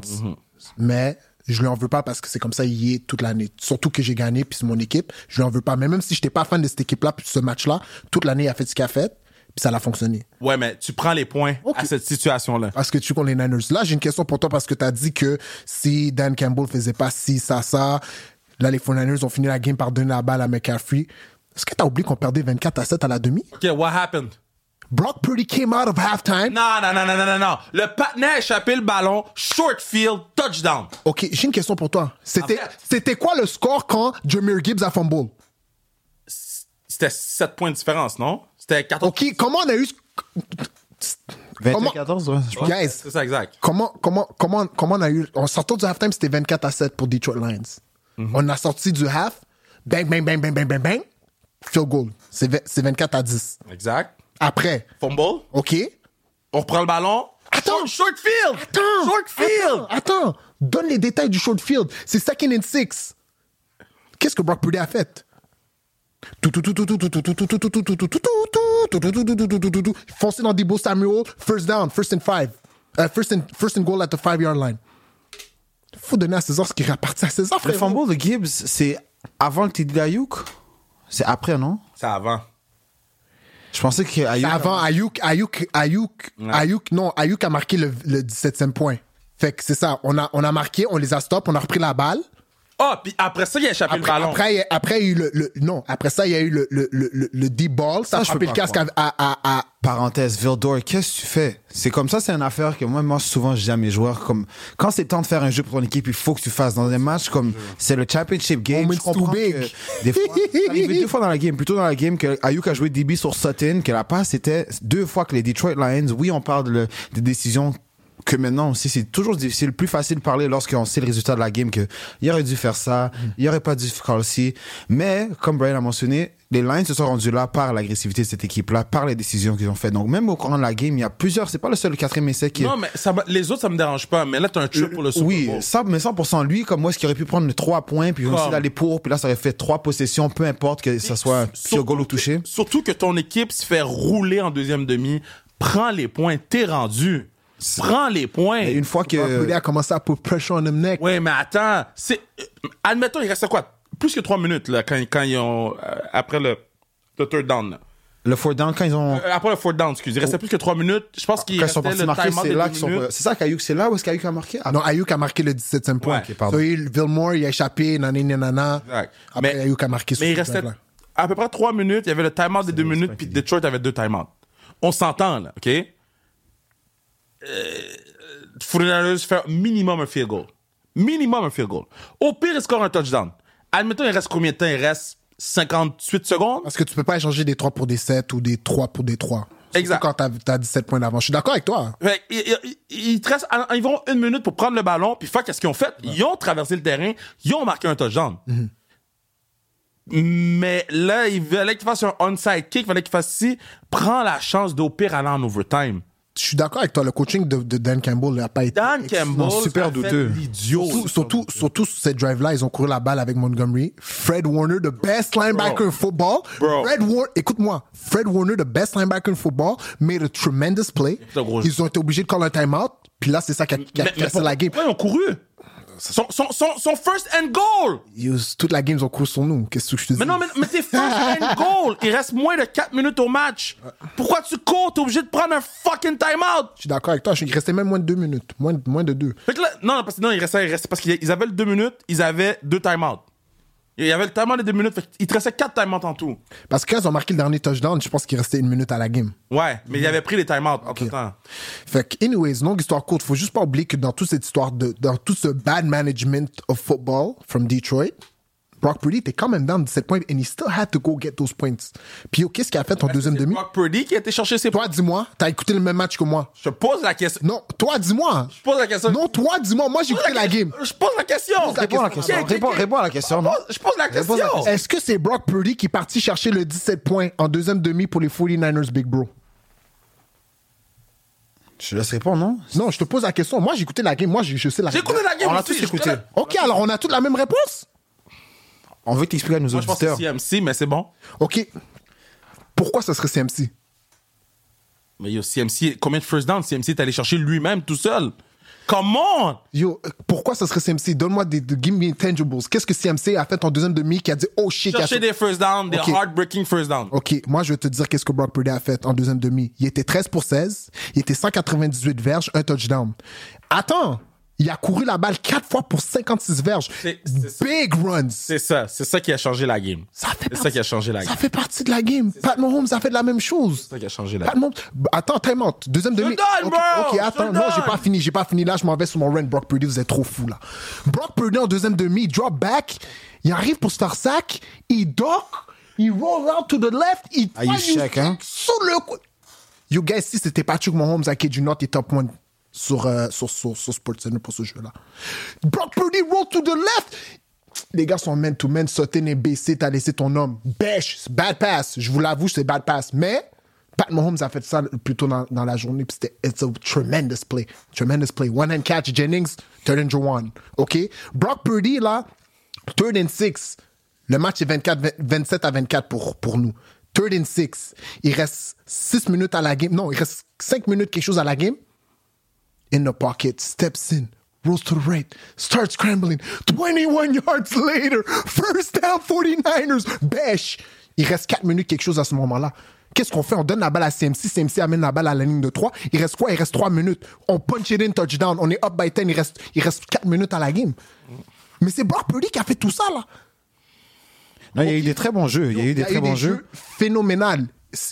C: Mais je lui en veux pas parce que c'est comme ça il est toute l'année. Surtout que j'ai gagné, puis c'est mon équipe. Je lui en veux pas. Mais même si j'étais pas fan de cette équipe-là, puis ce match-là, toute l'année, il a fait ce qu'il a fait, puis ça l'a fonctionné.
A: Ouais, mais tu prends les points
C: Ok.
A: à cette situation-là.
C: Parce que tu comptes les Niners. Là, j'ai une question pour toi parce que tu as dit que si Dan Campbell faisait pas ci, ça, ça, là, les 49ers ont fini la game par donner la balle à McCaffrey. Est-ce que tu as oublié qu'on perdait 24 à 7 à la demi?
A: OK, what happened?
C: Brock Purdy came out of halftime.
A: Non, non, non, non, non, non, non. Le patinet a échappé le ballon, short field, touchdown.
C: OK, j'ai une question pour toi. C'était,
A: En fait-
C: c'était quoi le score quand Jameer Gibbs a fumble?
A: C'était 7 points de différence, non? C'était 14.
C: OK, comment on a eu... ce-
B: 24-14, ouais, je pense.
C: Guys,
A: C'est ça, exact.
C: comment, comment, comment, comment on a eu... On sortait du halftime, c'était 24 à 7 pour Detroit Lions. On a sorti du half, bang, bang, bang, bang, bang, bang, bang, field goal. C'est, ve- c'est 24 à 10.
A: Exact.
C: Après,
A: Fumble.
C: OK?
A: On reprend le ballon.
C: Attends.
A: Short, short field.
C: Attends!
A: Short field.
C: Attends, attends. Donne les détails du short field. C'est second and six. Qu'est-ce que Brock Purdy a fait? Foncé dans Debo Samuel, first down, first and five. Euh, first, and, first and goal at the five-yard line. Faut donner à César ce qui rappartit à César,
B: Le
C: frère.
B: fumble de Gibbs, c'est avant le TD d'Ayuk C'est après, non
A: C'est avant.
B: Je pensais que Ayuk.
C: Avant, Ayuk, Ayuk, Ayuk, Ayuk, non, Ayuk a marqué le, le 17e point. Fait que c'est ça, on a, on a marqué, on les a stop, on a repris la balle.
A: Ah, puis après ça, il a échappé
C: Après,
A: le ballon.
C: après, il y a- après, il y a eu le, le- non, après ça, il y a eu le, le, le, le- le deep ball.
B: Ça,
C: Ça, a
B: je
C: frappé
B: peux
C: le
B: pas
C: casque à, à, à- à-
B: Parenthèse, Vildor, qu'est-ce que tu fais C'est comme ça, c'est une affaire que moi, moi souvent, je dis à mes joueurs, comme, quand c'est le temps de faire un jeu pour ton équipe, il faut que tu fasses. Dans des matchs, comme, c'est le championship game,
C: Moments
B: je comprends
C: too big.
B: que des fois, ça arrivait deux fois dans la game, plutôt dans la game, que Ayuk a joué DB sur Sutton, que la passe était deux fois que les Detroit Lions, oui, on parle de- des décisions que maintenant aussi, c'est toujours difficile, plus facile de parler lorsqu'on sait le résultat de la game que il aurait dû faire ça, il aurait pas dû faire ci. Mais, comme Brian a mentionné, les Lions se sont rendus là par l'agressivité de cette équipe-là, par les décisions qu'ils ont faites. Donc, même au courant de la game, il y a plusieurs, c'est pas le seul quatrième essai qui est
A: Non, mais ça, me- les autres, ça me dérange pas. Mais là, t'as un trip pour le Super
B: oui,
A: Bowl.
B: ça, mais 100%, lui, comme moi, ce qui aurait pu prendre les trois points, puis
A: Comme.
B: aussi d'aller pour, puis là, ça aurait fait trois possessions, peu importe que ça soit un pire
A: Surtout
B: goal ou
A: que-
B: touché.
A: Surtout que ton équipe se fait rouler en deuxième demi. Prends les points. T'es rendu. Prends les points.
B: Et une fois
C: Brock Purdy
B: que.
C: a commencé à put pressure on him neck.
A: Ouais, mais attends, c'est euh, admettons il restait quoi Plus que trois minutes là quand quand ils ont euh, après le le third down. là.
B: Le four down, quand ils ont.
A: Euh, après le fourth down, excusez, il restait plus que trois minutes. Je pense qu'il
B: Oh. Quand ils sont
A: restait
B: partis
A: le
B: marquer,
A: timeout
B: c'est
A: de
B: là
A: deux
B: qu'ils sont.
A: minutes.
B: C'est ça qu'Ayuk, c'est là où est-ce qu'Ayuk a marqué Ah,
C: Non, Ayuk a marqué le 17e point.
A: Ouais, ok,
B: pardon.
C: So, il- Villemore, il a échappé, nanani, nanana.
A: Exact.
C: Après,
A: Mais-
C: Ayuk a marqué sur
A: Mais il
C: ce
A: restait
C: drive-là.
A: à peu près trois minutes, il y avait le timeout des deux minutes puis Detroit avait deux timeouts. On s'entend là, OK euh, faire minimum un field goal. Minimum un field goal. Au pire, il score un touchdown. Admettons, il reste combien de temps Il reste 58 secondes.
C: Parce que tu peux pas échanger des 3 pour des 7 ou des 3 pour des 3.
A: Exact.
C: Surtout quand t'as as 17 points d'avance. Je suis d'accord avec toi.
A: Fait que, Ben, il, il- il- il te reste en- environ une minute pour prendre le ballon, puis faire qu'est-ce qu'ils ont fait. Ils ont traversé le terrain, ils ont marqué un touchdown. Mais là, il fallait qu'il fasse un onside kick, il fallait qu'il fasse ci. Prends la chance d'au pire aller en overtime.
C: je suis d'accord avec toi, le coaching de, de Dan Campbell n'a pas été.
A: Dan Campbell,
B: Non, super
A: a fait
B: douteux.
A: L'idiot.
C: Surtout, surtout, surtout sur cette drive-là, ils ont couru la balle avec Montgomery. Fred Warner, the best linebacker in football.
A: Bro.
C: Fred Warner, écoute-moi. Fred Warner, the best linebacker in football, made a tremendous play.
A: C'est un gros jeu.
C: Ils ont été obligés de call un timeout. Puis là, c'est ça qui a, qui a
A: Mais- mais
C: cassé la game.
A: Pourquoi ils ont couru? Son, son, son, son first and goal!
C: Ils- toute la game, ils ont couru sur nous. Qu'est-ce que je te dis?
A: Mais non, mais, mais c'est first and goal! Il reste moins de 4 minutes au match. Pourquoi tu cours? T'es obligé de prendre un fucking timeout!
C: Je suis d'accord avec toi. Je suis resté même moins de deux minutes. Moins, de- moins de deux.
A: Fait que là, non, parce que non, il restait, il restait- parce qu'ils avaient le 2 minutes, ils avaient deux timeouts. Il y avait le timeout des 2 minutes, fait qu'il te restait 4 timeouts en tout.
C: Parce que quand ils ont marqué le dernier touchdown, je pense qu'il restait une minute à la game.
A: Ouais, mais ils avaient pris les timeouts entre temps.
C: Fait que, anyways, longue histoire courte, faut juste pas oublier que dans toute cette histoire, de, dans tout ce bad management of football from Detroit, Brock Purdy était quand même down 17 points and he still had to go get those points. Puis yo, qu'est-ce qu'il a fait en deuxième demi?
A: Brock Purdy qui a été chercher ses points.
C: Toi, dis-moi, t'as écouté le même match que moi.
A: Je pose la question.
C: Non, toi, dis-moi.
A: Je pose la question.
C: Non, toi, dis-moi. Moi, j'ai
A: Je pose
C: écouté la game.
A: Je pose la question. Je
B: Réponds à la question. Réponds- réponds à la question, non?
A: Je pose la
B: Réponds à la
A: question.
B: question.
C: Est-ce que c'est Brock Purdy qui est parti chercher le 17 points en deuxième demi pour les 49ers, Big Bro?
B: Je te laisse répondre, non
C: Non, je te pose la question. Moi, j'ai écouté la game. Moi, je, je sais la
A: J'ai écouté la game.
B: On l'a
A: aussi,
B: tous
A: j'ai
B: écouté.
A: la-
C: Ok, alors on a toutes la même réponse?
B: On veut t'expliquer à nos
A: Moi, je pense que
B: auditeurs.
A: c'est CMC, mais c'est bon.
C: Ok. Pourquoi ça serait CMC?
A: Mais yo, CMC, combien de first down CMC est allé chercher lui-même tout seul? Comment?
C: Yo, euh, pourquoi ça serait CMC Donne-moi des, des- give me intangibles. Qu'est-ce que CMC a fait en deuxième demi qui a dit oh shit,
A: Chercher
C: qu'il a-
A: des first down, des
C: Ok.
A: heartbreaking first down.
C: Ok, moi je vais te dire qu'est-ce que Brock Purdy a fait en deuxième demi. Il était 13 pour 16, il était 198 verges, un touchdown. Attends, il a couru la balle 4 fois pour 56 verges.
A: C'est- c'est ça.
C: Big runs.
A: C'est ça, c'est ça qui a changé la game.
C: Ça fait
A: C'est ça
C: partie-
A: qui a changé la game.
C: Ça fait partie de la game. Pat Mahomes a fait de la même chose.
A: C'est ça qui a changé la
C: Pat Mahomes. Bah, Attends, time out. Deuxième demi.
A: le donne,
C: Ok,
A: bro.
C: ok,
A: Je
C: attends.
A: le
C: Non, j'ai
A: donne.
C: pas fini. J'ai pas fini. Là, je m'en vais sur mon run. Brock Purdy, vous êtes trop fou là. Brock Purdy en deuxième demi, il drop back. Il arrive pour star sack. Il dock. Il roll out to the left. Il
B: Ah, you check, hein?
C: sous le coup. You guys, si c'était Patrick Mahomes, I kid you not, il est top 1 sur, euh, sur, sur, sur SportsCenter pour ce jeu-là. Brock Purdy roll to the left. Les gars sont man to man, Sutton est baissé, t'as laissé ton homme. Bêche, c'est bad pass. Je vous l'avoue, c'est bad pass. Mais Pat Mahomes a fait ça plus tôt dans, dans la journée, puis c'était it's a tremendous play. Tremendous play. One hand catch, Jennings, turn and one. OK? Brock Purdy, là, Third and six. Le match est 24, 20 27 à 24 pour, pour nous. Third and six. Il reste 6 minutes à la game. Non, il reste 5 minutes quelque chose à la game. In the pocket, steps in, rolls to the right, starts scrambling. 21 yards later, first down 49ers. Bêche. Il reste 4 minutes quelque chose à ce moment-là. Qu'est-ce qu'on fait? On donne la balle à CMC. CMC amène la balle à la ligne de 3. Il reste quoi? Il reste 3 minutes. On punch it in, touchdown. On est up by 10. Il reste, il reste 4 minutes à la game. Mais c'est Brock Purdy qui a fait tout ça, là.
B: Non, il y a eu des très bons jeux. Il y a eu des
C: Il
B: très bons jeux.
C: phénoménales.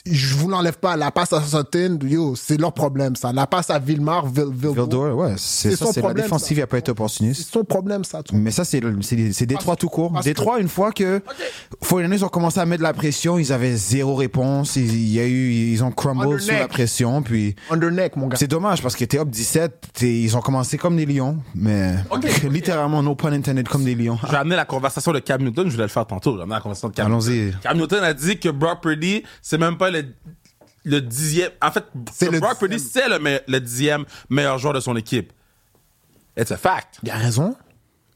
C: Je vous l'enlève pas. La passe à Sutton, yo, c'est leur problème, ça. La passe à Villemar, Vil, Vil-
B: Vildor, ouais, c'est
C: C'est
B: ça,
C: son
B: c'est la
C: problème,
B: défensive,
C: ça.
B: il n'a pas été
C: C'est
B: opportuniste.
C: son problème, ça. tu vois.
B: Mais ça, c'est le- c'est c'est Détroit tout court.
C: parce que-
B: Détroit, une fois que Foreigners ont commencé à mettre de la pression, ils avaient zéro réponse. Ils, il y a eu, ils ont crumbled sous
C: Underneck.
B: la pression. Puis
C: Underneck, mon gars.
B: c'est dommage parce que t'es up 17, t'es- ils ont commencé comme des lions, mais
A: Ok, ok.
B: littéralement, no pun intended, comme des lions.
A: J'ai amené la conversation de Cam Newton, je voulais le faire tantôt. J'ai amené la conversation de Cam
B: Allons-y.
A: Newton. Cam Newton a dit que Brock Purdy, c'est même pas le, le dixième. En fait,
C: C'est
A: que
C: le
A: Brock Purdy, c'est le, me- le dixième meilleur joueur de son équipe. It's a fact.
C: Il a raison.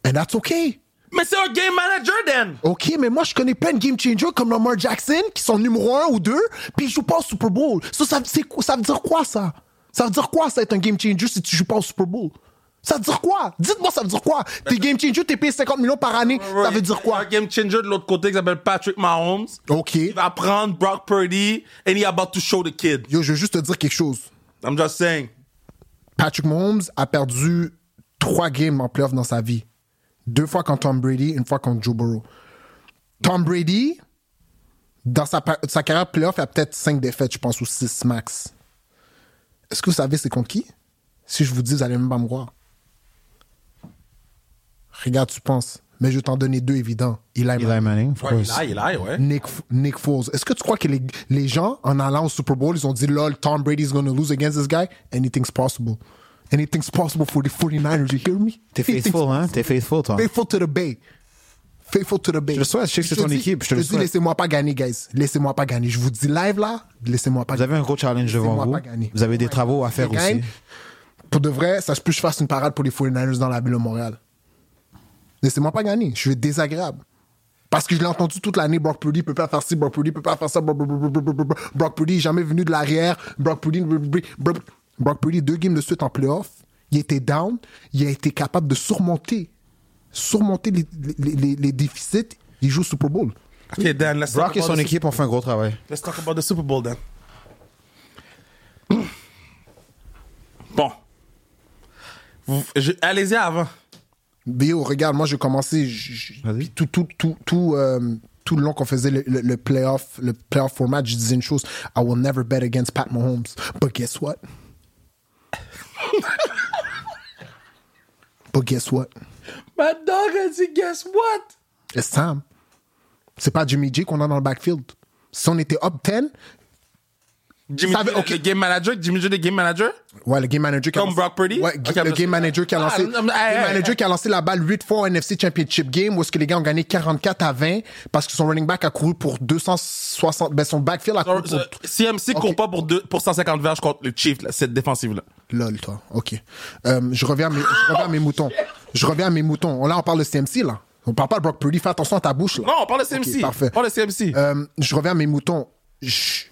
C: And that's okay.
A: Mais c'est un game manager, Dan!
C: OK, mais moi, je connais plein de game changers comme Lamar Jackson, qui sont numéro 1 ou 2, puis ils jouent pas au Super Bowl. Ça, ça, c'est quoi- ça veut dire quoi, ça? Ça veut dire quoi, ça, être un game changer si tu joues pas au Super Bowl? Ça veut dire quoi? Dites-moi, ça veut dire quoi? T'es game changer, t'es payé 50 millions par année. Ça veut dire
A: Un
C: quoi?
A: game changer de l'autre côté qui s'appelle Patrick Mahomes.
C: OK.
A: Il va prendre Brock Purdy and he about to show the kid.
C: Yo, je veux juste te dire quelque chose.
A: I'm just saying.
C: Patrick Mahomes a perdu trois games en playoff dans sa vie. Deux fois contre Tom Brady, une fois contre Joe Burrow. Tom Brady, dans sa, pa- sa carrière playoff, il a peut-être cinq défaites, je pense, ou six max. Est-ce que vous savez c'est contre qui? Si je vous dis, vous allez même pas me croire. Regarde, tu penses. Mais je vais t'en donner deux évidents. Eli
B: Eli
C: Manning.
B: Manning, of
A: Ouais, il
B: course.
A: aille, il aille, ouais.
C: Nick, Nick Foles. Est-ce que tu crois que les, les gens, en allant au Super Bowl, ils ont dit, lol, Tom Brady's gonna lose against this guy? Anything's possible. Anything's possible for the 49ers, you hear me?
B: T'es hein?
C: Anything's
B: faithful, hein? T'es faithful, toi.
C: Faithful to the Bay. faithful to the base.
B: Je le souhaite, je sais que c'est ton
C: dis-
B: équipe, je te le
C: dis,
B: souhaite.
C: laissez-moi pas gagner, guys. Laissez-moi pas gagner. Je vous dis live là, laissez-moi pas
B: Vous avez un gros challenge devant
C: Laissez-moi
B: vous.
C: pas gagner.
B: Vous avez des
C: Ouais.
B: travaux à faire
C: Je gagne.
B: aussi.
C: Pour de vrai, ça se peut que je fasse une parade pour les 49ers dans la ville de Montréal. Laissez-moi pas gagner. Je suis désagréable. Parce que je l'ai entendu toute l'année, Brock Purdy peut pas faire ci, Brock Purdy peut pas faire ça. Brock- Brock Brock- Brock- Brock- Brock Purdy est jamais venu de l'arrière. Brock Purdy, Brock- Brock- Brock- Brock Purdy, deux games de suite en playoff. Il était down. Il a été capable de surmonter, surmonter les, les- les- les déficits. Il joue au Super Bowl.
A: Ok, Dan, let's talk
B: Brock et
A: about
B: son
A: the
B: équipe ont fait un gros travail.
A: Super- Let's talk about the Super Bowl, Dan. Bon. Vous- je- Allez-y avant.
C: Bio, regarde, moi, j'ai commencé j- j-
B: Vas-y.
C: puis tout, tout, tout, tout, euh, tout le long qu'on faisait le, le, le playoff, le playoff format, je disais une chose. I will never bet against Pat Mahomes. But guess what? But guess what?
A: Ma dog a dit, guess what?
C: It's time. C'est pas Jimmy G qu'on a dans le backfield. Si on était up 10,
A: Jimmy
C: Ça
A: G,
C: veut- ok.
A: le game manager, Jimmy G, le game manager.
C: ouais, le game manager qui a
A: Comme
C: lancé-
A: Brock Purdy?
C: Ouais,
A: Ok,
C: le
A: I'm
C: game
A: just-
C: manager qui a
A: Ah,
C: lancé,
A: non,
C: game
A: mais, hey, hey,
C: manager qui a lancé la balle 8 fois en NFC Championship Game où est-ce que les gars ont gagné 44 à 20 parce que son running back a couru pour 260, ben son backfield a couru pour
A: CMC
C: Ok.
A: court pas pour, deux- pour 150 verges contre le Chief, là, cette défensive-là.
C: Lol, toi. OK. Euh, je, reviens à mes, je reviens à mes moutons. Je reviens à mes moutons. Là, on parle de CMC, là. On parle pas de Brock Purdy. Fais attention à ta bouche, là.
A: Non, on parle de CMC.
C: Ok, parfait.
A: On parle de CMC.
C: Euh, je reviens à mes moutons. Je,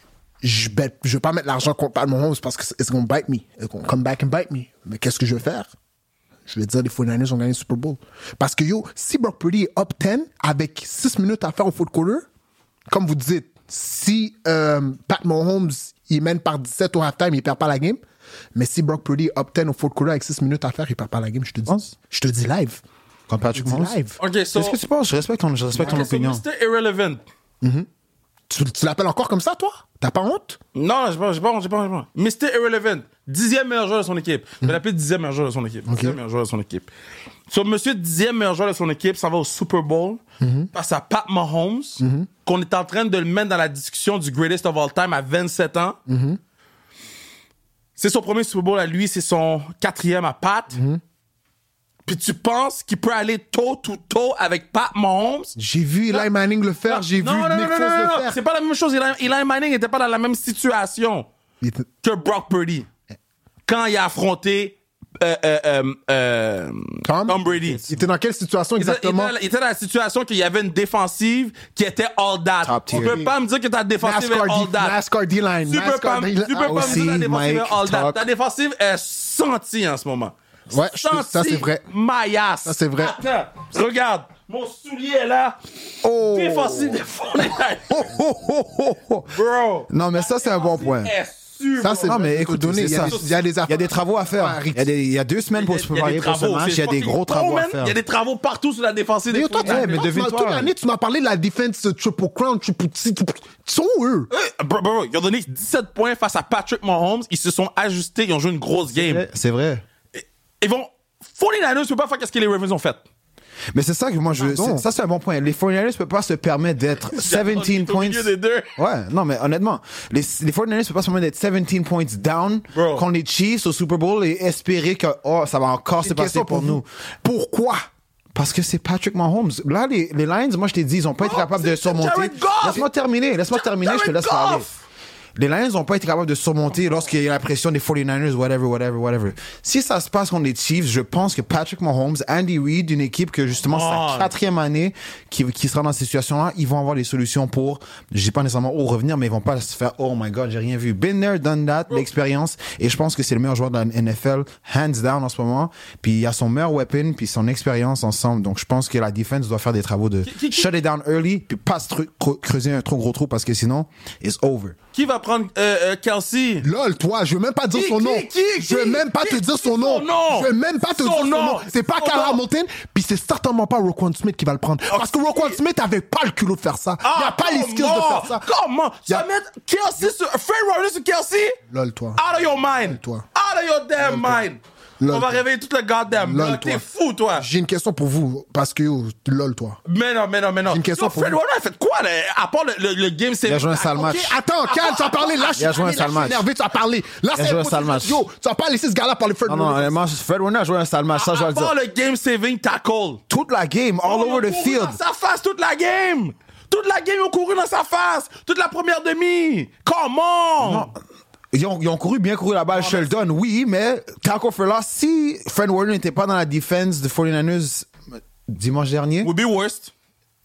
C: je, bête- je vais pas mettre l'argent contre Pat Mahomes parce que it's gonna bite me. It's gonna come back and bite me. Mais qu'est-ce que je vais faire? Je vais dire les 49ers ont gagné le Super Bowl. Parce que yo, si Brock Purdy est up 10 avec 6 minutes à faire au fourth quarter, comme vous dites, si euh, Pat Mahomes il mène par 17 au halftime, il perd pas la game. Mais si Brock Purdy est up 10 au fourth quarter avec 6 minutes à faire, il perd pas la game. Je te dis,
B: Pense.
C: je te dis live.
B: Quand Patrick
C: Je te
B: Mahomes.
C: dis live.
A: Ok, so.
B: Qu'est-ce que tu penses? Je respecte ton, je respecte ton
A: Ok, so
B: opinion.
A: Mr. Irrelevant.
C: Tu, tu l'appelles encore comme ça, toi? T'as pas honte?
A: Non, non, j'ai pas, j'ai pas, honte, j'ai pas, honte, j'ai pas. honte. Mr. Irrelevant, dixième meilleur joueur de son équipe. Je vais l'appeler dixième meilleur joueur de son équipe. Dixième meilleur joueur de son équipe. Sur monsieur dixième meilleur joueur de son équipe, ça va au Super Bowl
C: Mhm.
A: face à Pat Mahomes, qu'on est en train de le mettre dans la discussion du greatest of all time à 27 ans.
C: Mhm.
A: C'est son premier Super Bowl à lui, c'est son quatrième à Pat.
C: Mhm.
A: Puis tu penses qu'il peut aller tôt, tout tôt avec Pat Mahomes?
C: J'ai vu Eli Manning le faire, j'ai vu
A: non, non, non,
C: Nick
A: non,
C: Foles
A: non, non,
C: le
A: non,
C: faire.
A: c'est pas la même chose. Eli, Eli Manning n'était pas dans la même situation
C: Il était-
A: que Brock Purdy quand il a affronté euh, euh, euh, euh,
C: Tom?
A: Brady.
C: Il était dans quelle situation
A: Il était- il était,
C: exactement?
A: dans la- il était dans la situation qu'il y avait une défensive qui était all that.
B: Top
A: tu
B: tier.
A: peux pas me dire que ta défensive est all
C: NASCAR, D,
A: that.
C: NASCAR D-line.
A: tu peux pas,
C: NASCAR
A: me- tu
C: D-line. Ah,
A: peux pas me
B: aussi,
A: dire que ta défensive
B: Mike,
A: est all that.
B: talk.
A: Ta défensive est sentie en ce moment.
C: Ouais, je- ça,
A: Sentie,
C: c'est vrai.
A: Maillasse.
C: Ça, c'est vrai.
A: Attends, regarde. Mon soulier est là.
B: Oh.
A: Défensive de Fortnite.
B: Oh, oh, oh, oh, oh.
A: Bro.
B: Non, mais ça, c'est un bon point.
A: Est sûr,
C: Ça, c'est
B: Non,
C: vrai,
B: mais
C: faut
B: écoute, c'est
C: donner, il y a
B: ça.
C: des- il y a des affaires-
B: Il y a des travaux à faire. Il y a, des- il y a deux semaines pour se
A: Il y a des
B: préparer pour ce
A: travaux,
B: match.
A: c'est
B: Il y a des
A: fucking pro,
B: gros travaux à
A: man.
B: faire.
A: Il y a des travaux partout sur la défensive.
C: Mais
A: des
C: yo, toi,
A: Fortnite.
C: tu
B: Ouais,
C: m'as-
B: mais
C: toi, tu m'as-
B: devine-toi.
C: toute l'année, tu m'as parlé de la défense euh, Triple Crown, Triple T, Triple... Ils sont eux.
A: Euh, Bro, bro, bro, ils ont donné 17 points face à Patrick Mahomes. Ils se sont ajustés. Ils ont joué une grosse game.
B: C'est vrai.
A: Ils vont. 49ers ne peuvent pas faire quest ce que les Ravens ont fait.
B: Mais c'est ça que moi, je veux.
C: Pardon.
B: c'est- Ça, c'est un bon point. Les 49ers ne peuvent pas se permettre d'être
A: On est
B: 17
A: Au
B: points.
A: milieu des deux.
B: Ouais, non, mais honnêtement, les, les 49ers ne peuvent pas se permettre d'être 17 points down
A: Bro.
B: contre les Chiefs au Super Bowl et espérer que oh, ça va encore se
C: Une
B: passer
C: question
B: pour,
C: pour
B: nous.
C: vous.
B: Pourquoi? Parce que c'est Patrick Mahomes. Là, les, les Lions, moi, je t'ai dit, ils n'ont pas été
A: Bro,
B: capables de
A: c'est- c'est
B: surmonter.
A: Jared Goff!
B: Laisse-moi terminer, laisse-moi terminer, je te
A: Jared
B: laisse parler.
A: Goff!
B: Les Lions n'ont pas été capables de surmonter lorsqu'il y a la pression des 49ers, whatever, whatever, whatever. Si ça se passe contre les Chiefs, je pense que Patrick Mahomes, Andy Reid, une équipe que justement,
A: on.
B: sa quatrième année, qui, qui sera dans ces situations-là, ils vont avoir des solutions pour, je dis pas nécessairement au revenir, mais ils vont pas se faire, oh my god, j'ai rien vu. Been there, done that, l'expérience. Et je pense que c'est le meilleur joueur de la NFL, hands down en ce moment. Puis il y a son meilleur weapon, puis son expérience ensemble. Donc je pense que la defense doit faire des travaux de
A: qui- qui-
B: shut it down early, puis pas se tru- cre- creuser un trop gros trou parce que sinon, it's over.
A: Qui va prendre euh, euh, Kelsey?
C: Lol, toi, je vais même pas dire
A: Qui-
C: son
A: qui-
C: nom.
A: qui- qui-
C: Je vais même pas
A: qui-
C: te dire son
A: son
C: nom.
A: nom.
C: Je vais même pas te
A: Son
C: dire son
A: nom.
C: nom. C'est pas
A: Son
C: Karl
A: nom. Oh,
C: Hamilton, puis c'est certainement pas Roquan Smith qui va le prendre. Parce que Roquan Smith avait pas le culot de faire ça.
A: Ah,
C: Il a pas les skills de
A: comment?
C: faire ça.
A: Comment? Tu
C: Y a-
A: vas mettre Kelsey sur. Fred Rogers sur Kelsey?
C: Lol, toi.
A: Out of your mind.
C: Toi.
A: Out of your damn mind. On
C: Lol,
A: va
C: toi.
A: réveiller tout le goddamn
C: Lol,
A: bloc. T'es
C: toi.
A: fou, toi.
C: J'ai une question pour vous, parce que yo, lol, toi.
A: Mais non, mais non, mais non.
C: J'ai une question
A: Yo,
C: pour
A: Fred
C: vous.
A: Warner a fait quoi, là, à part le, le- le game c'est
B: Il a joué un sale match.
C: Ok, attends, calme, tu as parlé. Là, je suis
B: Il a joué un
C: tanné, là,
B: sale
C: je suis
B: match.
C: énervé, tu as parlé. Là,
B: Il a
C: c'est
B: joué un
C: impossible.
B: sale match.
C: Yo, tu vas pas laisser ce gars-là parler Fred
B: Non, non, honnêtement, Fred Warner a joué un sale match, ça, je vais
A: À
B: le dire.
A: part le game saving tackle.
B: Toute la game,
A: ah,
B: all
A: Oh, Ils ont
B: over the
A: couru
B: field.
A: Dans sa face toute la game. Toute la game, ils ont couru dans sa face. Toute la première demi. Comment?
B: Ils ont, ils ont couru, bien couru la balle, je te le donne, oui, mais tackle for loss, si Fred Warner n'était pas dans la défense de 49ers dimanche dernier,
A: Would be worst.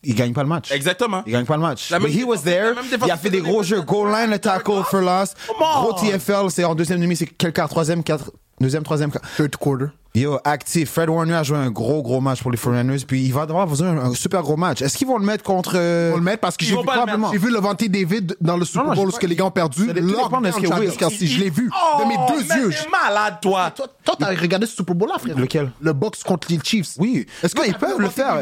B: il gagne pas le match.
A: Exactement.
B: Il gagne pas le match.
A: La même
B: But he
A: défense-
B: was there.
A: la même défense-
B: Il a fait des gros jeux. Goal line, le tackle for loss.
A: Come on.
B: Gros TFL, c'est en deuxième demi, c'est quel quart? Troisième, quatre, deuxième, troisième quart.
C: Third quarter.
B: Yo, actif. Fred Warner a joué un gros, gros match pour les 49ers. Puis il va devoir vous un, un super gros match. Est-ce qu'ils vont le mettre contre.
C: On le met parce que
A: Ils
C: j'ai
A: vont
C: vu,
A: pas le
C: probablement-
A: mettre.
C: j'ai vu Levante David dans le
B: euh, Non,
C: Super
B: non,
C: Bowl
B: j'ai
C: où
B: pas-
C: que les gars ont perdu.
B: Ça dépend
C: Lockdown,
B: de ce que
C: Travis
B: oui.
C: Kelce, je l'ai vu
A: Oh,
C: de mes deux
A: mais
C: yeux.
A: T'es malade,
B: Euh.
A: toi.
C: Toi, toi, t'as regardé ce Super Bowl-là, frère.
B: Lequel?
C: Le box contre les Chiefs.
B: Oui.
C: Est-ce
B: Non,
C: que
B: ils peuvent le faire? Sans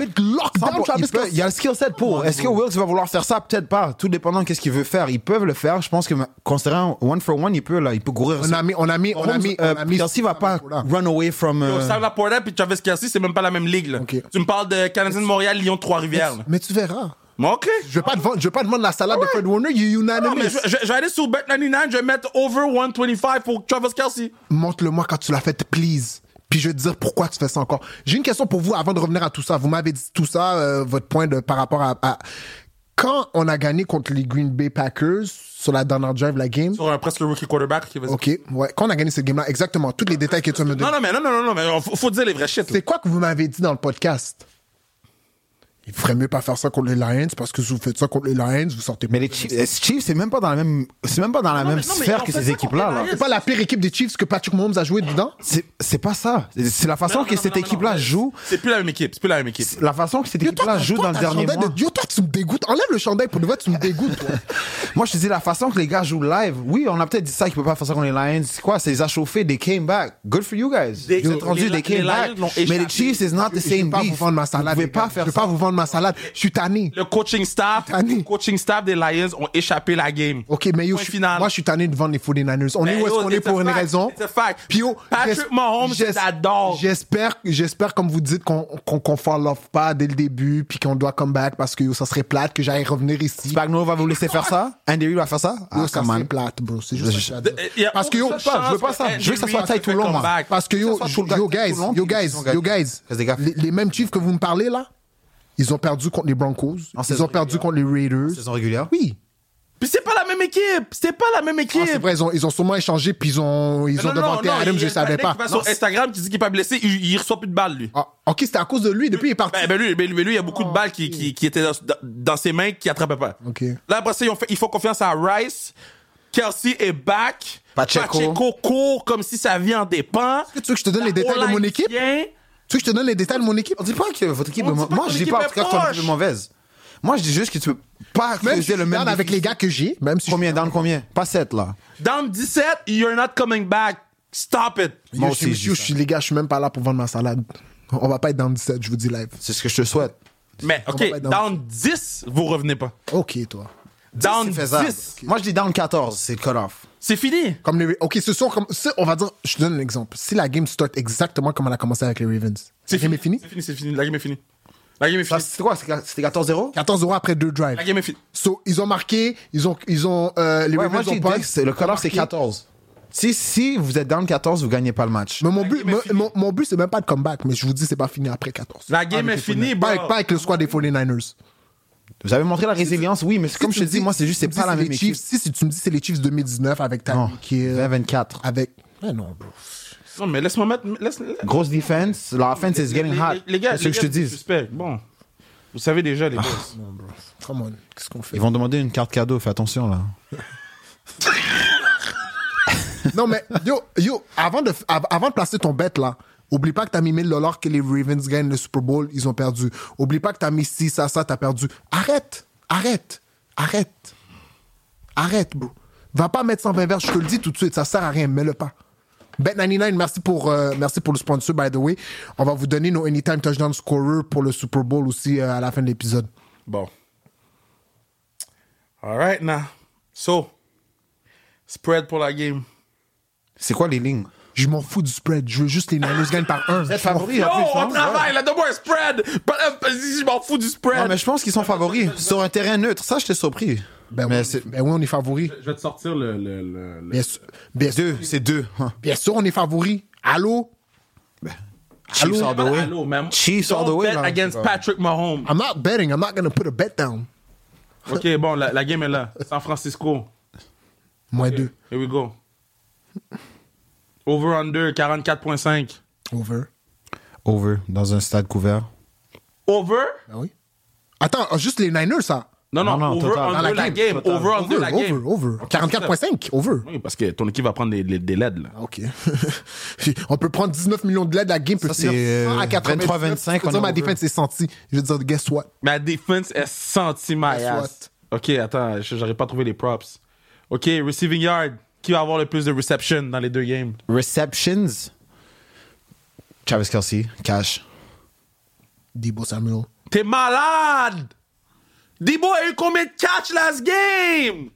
C: Lockdown,
B: pour-
C: Travis
B: ils peuvent-
C: Kelce.
B: Il y a le skill set pour. Est-ce que Wills va vouloir faire ça? Peut-être pas. Tout dépendant de qu'est-ce qu'il veut faire. Ils peuvent le faire. Je pense que, ma- considérant one for one, il peut, là, il peut courir.
C: On a mis, on a mis, on a mis, on a mis.
B: Kelsey euh, va pas
C: Voilà.
B: run away from. euh,
A: Sam Laporta puis Travis Kelsey, c'est même pas la même ligue, là.
C: Ok.
A: Tu me parles de Canadien de Montréal, Lyon, Trois-Rivières. là.
C: Mais tu verras.
A: Mais OK.
C: Je vais pas te vendre- je vais pas te vendre la salade de Fred Warner, you
A: Non, mais
C: unanimous.
A: je, je- je vais aller sur Bet99, je vais mettre over 125 pour Travis Kelsey.
C: montre-le-moi quand tu l'as fait, please. Puis je vais te dire pourquoi tu fais ça encore. J'ai une question pour vous avant de revenir à tout ça. Vous m'avez dit tout ça, euh, votre point de par rapport à, à- quand on a gagné contre les Green Bay Packers sur la dernière drive la game.
A: Sur un presque rookie quarterback qui va
C: Ok, ouais. Quand on a gagné cette game-là, exactement. Tous les détails que tu me
A: Non,
C: donnes.
A: non, mais non, non, non, non, mais on- faut, faut dire les vrais shit. là.
C: C'est quoi que vous m'avez dit dans le podcast Il ferait mieux pas faire ça contre les Lions parce que si vous faites ça contre les Lions, vous sortez.
B: Mais les Chiefs, les Chiefs, c'est même pas dans la même, c'est même pas dans la même
A: mais- non, mais
B: sphère
A: on
B: que
A: fait
B: ces
A: ça
B: équipes-là.
A: contre les
B: là.
A: Lions.
C: c'est pas la pire équipe des Chiefs que Patrick Mahomes a joué dedans.
B: C'est c'est pas ça. C'est la façon
A: Non,
B: que
A: non, non,
B: cette
A: non, non,
B: équipe-là
A: non.
B: joue.
A: C'est plus la même équipe. C'est plus la même équipe.
B: La façon que cette
C: Yo, toi,
B: équipe-là
C: toi,
B: joue
C: toi,
B: dans le
C: t'as
B: dernier
C: chandail
B: mois.
C: de- Yo, toi, tu me dégoûtes. Enlève le chandail pour de vrai, tu me dégoûtes. toi.
B: Moi, je te dis la façon que les gars jouent live. Oui, on a peut-être dit ça qu'ils peuvent pas faire ça contre les Lions. C'est quoi C'est les a chauffés, des came back. Good for you guys.
A: Des-
B: Ils ont rendu
A: les-
B: des
A: les
B: came
A: Lions
B: back.
A: l'ont
B: Mais
A: échappé.
B: les Chiefs, it's not the
C: Je
B: same
C: vais pas vous
B: beef.
C: vendre ma
B: Vous
C: salade.
B: pouvez
C: les gars.
B: pas faire
C: Je vais pas
B: ça.
C: vous vendre ma salade. Je suis tanné.
A: Le coaching staff,
C: Tanné.
A: le coaching staff des Lions ont échappé la game.
C: Ok, mais yo,
A: Point
C: je suis-
A: final.
C: moi, je suis tanné de vendre les 49ers. On
A: Ben,
C: est où est-ce
A: yo,
C: qu'on est
A: it's a
C: pour une
A: fact.
C: raison?
A: It's a fact.
C: Puis yo,
A: Patrick
C: j'es-
A: Mahomes,
C: j'es-
A: j'adore.
C: J'espère, j'espère, comme vous dites, qu'on qu'on qu'on fall off pas dès le début, puis qu'on doit come back parce que yo, ça serait plate que j'aille revenir ici.
B: Spagnuolo va vous laisser faire ça Andy Reid va faire ça
C: Yo,
B: Ah,
C: ça
B: come
C: serait
B: on.
C: plate, bro. C'est juste ça que j'ai à dire.
A: Il y a
C: Parce que yo,
A: aucune
B: pas, je veux pas
A: chance
B: ça. Je veux que ça soit
A: Henry
B: taille tout le long,
A: come
B: moi.
A: back.
C: Parce que
B: Ça
C: yo,
B: soit tout le
C: yo
B: temps, tout
C: guys,
B: le long,
C: yo
B: puis
C: guys,
B: ils ont gagné.
C: yo guys,
B: Parce que des gars-
C: les, les mêmes chiffres que vous me parlez là, ils ont perdu contre les Broncos,
B: En
C: ils
B: saison
C: ont perdu
B: régulière.
C: contre les Raiders.
B: Saison régulière.
C: Oui.
A: Puis c'est pas la même équipe. C'est pas la même équipe.
C: Ah, c'est vrai, ils ont, ils ont sûrement échangé, puis ils ont, ils
A: Non,
C: ont
A: non,
C: devanté
A: non,
C: Adams,
A: il y
C: je
A: a
C: ne savais
A: Stanek
C: pas.
A: qui va
C: Non,
A: sur Instagram, qui dit qu'il n'est pas blessé, il, il reçoit plus de balles, lui.
C: Ah, ok, c'était à cause de lui, depuis il est parti. Ah,
A: Ben, ben, lui, ben, lui- ben, lui, il y a beaucoup de balles qui, qui, qui étaient dans, dans- dans ses mains qui attrapaient pas.
B: ben.
C: Ok.
A: Là, après ça, ils, ont fait, ils font confiance à Rice. Kelsey est back.
B: Pacheco.
A: court comme si sa vie en dépend.
C: que tu veux que je te donne les détails de mon équipe? Tu veux que je te donne les détails de mon équipe?
B: On dit pas que votre équipe
A: On
B: est
A: dit
B: mauvaise.
A: pas
B: Moi,
A: que
B: je
A: ton
B: dis pas en
A: équipe
B: tout cas
A: est
B: que ton
A: proche.
B: équipe est mauvaise. Moi, je dis juste que tu peux pas
C: Même si
B: creuser
C: je
B: le même.
C: regarde avec
B: défi.
C: les gars que j'ai, même si
B: Combien down, combien Pas 7 là.
A: Down 17, you're not coming back. Stop it.
C: je,
B: Moi
C: Yo, je suis-
B: aussi, je dis
C: yo,
B: ça.
C: je suis- les gars, je suis même pas là pour vendre ma salade. On va pas être dans le 17, je vous dis live.
B: C'est ce que je te souhaite.
A: Mais,
C: On
A: OK,
C: va pas être dans-
A: down 10, vous revenez pas.
C: Ok, toi.
A: Down
B: C'est faisable.
A: 10,
B: Moi, je dis down 14, c'est le cut-off.
A: c'est fini.
C: Comme les, ok, ce sont comme, ce- on va dire, je te donne un exemple. Si la game start exactement comme elle a commencé avec les Ravens,
A: C'est
C: la game est finie.
A: C'est fini, c'est fini. La game est finie. La game est
B: Ça,
A: finie.
B: C'était quoi C'était c'était 14-0
C: 14 euros après deux drives.
A: La game est finie.
C: So, ils ont marqué, ils ont, ils ont, euh, les
B: Ouais, moi,
C: Ravens
B: je dis
C: ont pas.
B: dès que c'est- le cut-off, c'est 14. Si, si vous êtes down 14, vous gagnez pas le match.
C: Mais mon but,
A: game est
C: mon-
A: finie.
C: mon, mon but, c'est même pas de comeback, mais je vous dis, c'est pas fini après 14.
B: Ah,
A: La game
C: Avec
A: est
C: les
A: finie,
C: 49ers.
A: bro.
C: Pas avec, pas avec le squad des 49ers.
B: Vous avez montré la résilience, oui, mais c'est comme
C: Si
B: je te
C: tu
B: dis,
C: me
B: moi, c'est juste,
C: si
B: c'est
C: tu
B: pas
C: me dis
B: la
C: c'est
B: même
C: les
B: équipe.
C: Chiefs- Si, si tu me dis c'est les Chiefs 2019 avec
B: Non,
C: Tyreek Hill,
B: 24.
C: avec... Mais non, bro.
A: Non, mais laisse-moi mettre. Laisse,
B: Grosse défense, la offense is getting
A: les,
B: hot.
A: les- les gars,
B: C'est ce
A: les
B: que je
A: gars,
B: te Ah,
A: c'est
B: dis.
A: suspect. Bon. Vous savez déjà, les gars.
C: Non, bro. Come on, qu'est-ce qu'on fait?
B: Ils vont demander une carte cadeau, fais attention là.
C: non, mais yo, yo avant, de, av- avant de placer ton bet, là, oublie pas que t'as mis 1000 dollars que les Ravens gagnent le Super Bowl, ils ont perdu. Oublie pas que t'as mis 6 ça, ça, t'as perdu. Arrête, arrête, arrête. Arrête, bro. Va pas mettre 120 verres, je te le dis tout de suite, ça sert à rien, mets-le pas. Bet99, merci pour, euh, merci pour le sponsor, by the way. On va vous donner nos Anytime Touchdown Scorer pour le Super Bowl aussi euh, à la fin de l'épisode.
A: Bon. All right, now. So, spread pour la game.
B: C'est quoi les lignes
C: Je m'en fous du spread. Je veux juste les Niners gagnent par un.
B: êtes favoris,
A: Yo,
B: en plus,
A: on
B: hein?
A: travaille, la double spread! Pas- euh, Je m'en fous du
B: Ouais. Non,
A: spread!
B: mais je pense qu'ils sont favoris sur un terrain neutre. Ça, j'étais surpris.
C: Ben,
B: mais
C: oui,
B: c'est
C: ben oui, on est favori.
A: Je vais te sortir le. le, le- le-
C: Bien sûr, bien, sûr,
B: deux, c'est deux. hein.
C: bien sûr, on est favori. Allô?
B: Chiefs all the way.
A: Allô, man.
B: Chiefs all the
A: Don't
B: way.
A: bet
B: là.
A: against Patrick Mahomes.
C: I'm not betting. I'm not gonna put a bet down.
A: OK, bon, la, la game est là. San Francisco.
C: Moins deux.
A: Here we go. Over-under, 44.5.
C: Over.
B: Over dans un stade couvert.
A: Over?
C: Ah oui? Attends, ah, juste les Niners, ça.
A: Non, non,
B: Non, non, total.
A: over-under
C: Dans la
A: la,
C: game,
A: game.
B: total.
A: Over-under
C: Over,
A: la
C: over,
A: game.
C: over. 44.5, over.
A: Oui, parce que ton équipe va prendre des, des, des LED, là.
C: Ah, OK. on peut prendre 19 millions de l'aide, la game peut
B: Ça,
C: finir
B: c'est,
C: 100 à
B: euh,
C: 83,
B: 23-25,
C: on
B: on est
C: ma
B: over.
C: défense est sentie. Je veux dire, guess what?
A: Ma défense est sentie, my
C: Guess
A: ass. OK, attends, je- j'aurais pas trouvé les props. OK, receiving yard. Qui va avoir le plus de reception dans les deux games?
B: Receptions. Travis Kelsey, cash.
C: Debo Samuel.
A: T'es malade! Debo a eu combien de catch last game?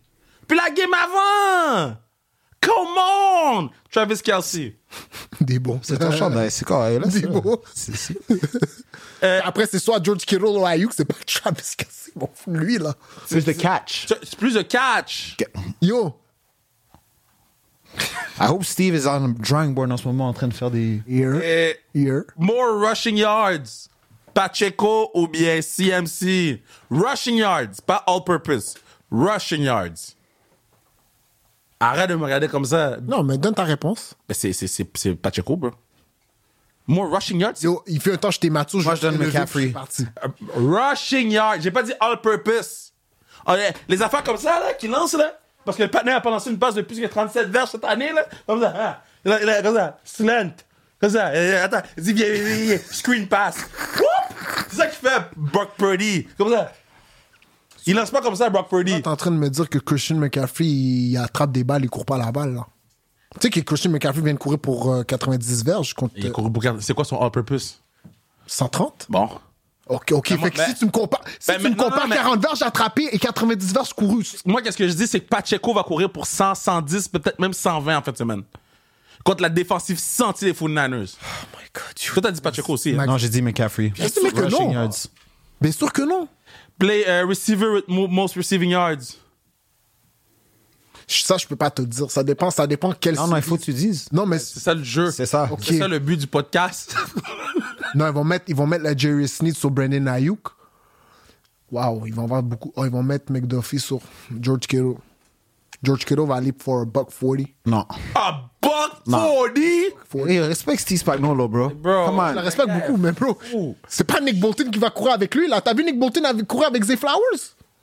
A: Puis la game avant! Come on! Travis Kelsey.
C: Debo.
B: C'est ton chandail, c'est correct. Là,
C: C'est
B: ça.
C: beau.
B: C'est- c'est-
A: Euh,
C: Après, c'est soit George Kittle ou Ayuk, c'est pas Travis Kelsey. Bon, lui, là.
B: Plus de catch.
A: C'est c'est plus de catch.
C: Yo.
B: I hope Steve is on the drawing board en ce moment en train de faire des.
C: Here.
A: Eh,
C: Here.
A: more rushing yards. Pacheco ou bien CMC. Rushing yards, pas all-purpose. Rushing yards. Arrête de me regarder comme ça.
C: Non, mais donne ta réponse.
A: Mais c'est- c'est- c'est c'est Pacheco, bro. More rushing yards. c'est-
C: Yo, il fait un temps, j'étais matou.
B: Moi, je donne
C: me
B: McCaffrey.
C: parti.
A: Euh, Rushing yards. J'ai pas dit all-purpose. Ah, les- Les affaires comme ça, là, qui lancent, là. Parce que le partenaire a pas lancé une passe de plus que 37 verges cette année, là. Comme ça, ah. Là, là, comme ça. Slant. Comme ça. Euh, attends. Dis, viens, viens, viens, viens. Screen pass. Whoop! C'est ça qui fait Brock Purdy. Comme ça. Il lance pas comme ça, Brock Purdy.
C: T'es en train de me dire que Christian McCaffrey, il attrape des balles, il court pas la balle, là. Tu sais que Christian McCaffrey vient de courir pour euh, 90 verges contre
A: Il a
C: euh,
A: couru pour quatre- C'est quoi son all-purpose?
C: 130.
A: Bon.
C: Ok, ok.
A: moi,
C: Fait que
A: ben-
C: si tu me compares, si
A: ben,
C: tu
A: mais-
C: me
A: non, non,
C: compares
A: mais-
C: 40 verges attrapées et 90 verges courues,
A: Moi, qu'est-ce que je dis, c'est que Pacheco va courir pour 100, 110, peut-être même 120 en fin de semaine. Contre la défensive sentie des 49ers. Toi, t'as dit Pacheco aussi. hein?
B: Non, j'ai dit McCaffrey.
C: sûr que
B: Rushing
C: non.
B: yards.
C: bien sûr que non.
A: Play uh, receiver with mo- most receiving yards.
C: Ça, je peux pas te dire. Ça dépend, ça dépend quel.
B: Non, non, il faut que tu dises.
C: Non, mais
A: C'est ça le jeu.
B: C'est ça.
C: Ok.
A: C'est ça le but du podcast.
C: non, ils vont mettre, ils vont mettre la Jerry Sneed sur Brandon Ayuk. Waouh, ils vont avoir beaucoup. Oh, ils vont mettre McDuffie sur George Kittle. George Kittle va aller pour un buck 40.
B: Non.
A: A buck 40?
B: Hey, respecte Steve Spagnolo, bro.
A: Bro.
B: Come
C: Je
B: on.
C: la respecte beaucoup, mais bro, c'est pas Nick Bolton qui va courir avec lui là. T'as vu Nick Bolton avec- courir avec Zay Flowers?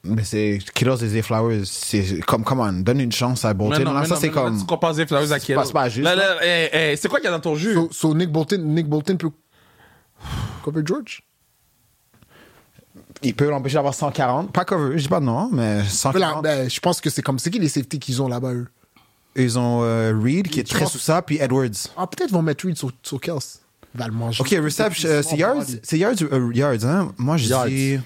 B: Mais c'est Kiddos et Zay Flowers. C'est comme, come on, donne une chance à Bolton. Là, ça, c'est comme.
A: Tu compares Zay Flowers à
B: C'est
A: Kittle.
B: pas- c'est pas juste,
A: Là, là,
B: là.
A: hey, hey, c'est quoi qu'il y a dans ton jeu?
C: So, so Nick Bolton, Nick Bolton peut cover George.
B: Il peut l'empêcher d'avoir 140. Pas cover, je dis pas non, mais
C: Mais là,
B: 140.
C: ben, je pense que c'est comme c'est qui les safety qu'ils ont là-bas eux.
B: Ils ont euh, Reed qui est
C: Je
B: très
C: pense-
B: sous ça, puis Edwards.
C: Ah peut-être ils vont mettre Reed sur, sur Kels. Il va le manger.
B: Ok, reception, euh, c'est yards, c'est yards, ou- euh, yards, hein. Moi, je
A: Yards.
B: dis.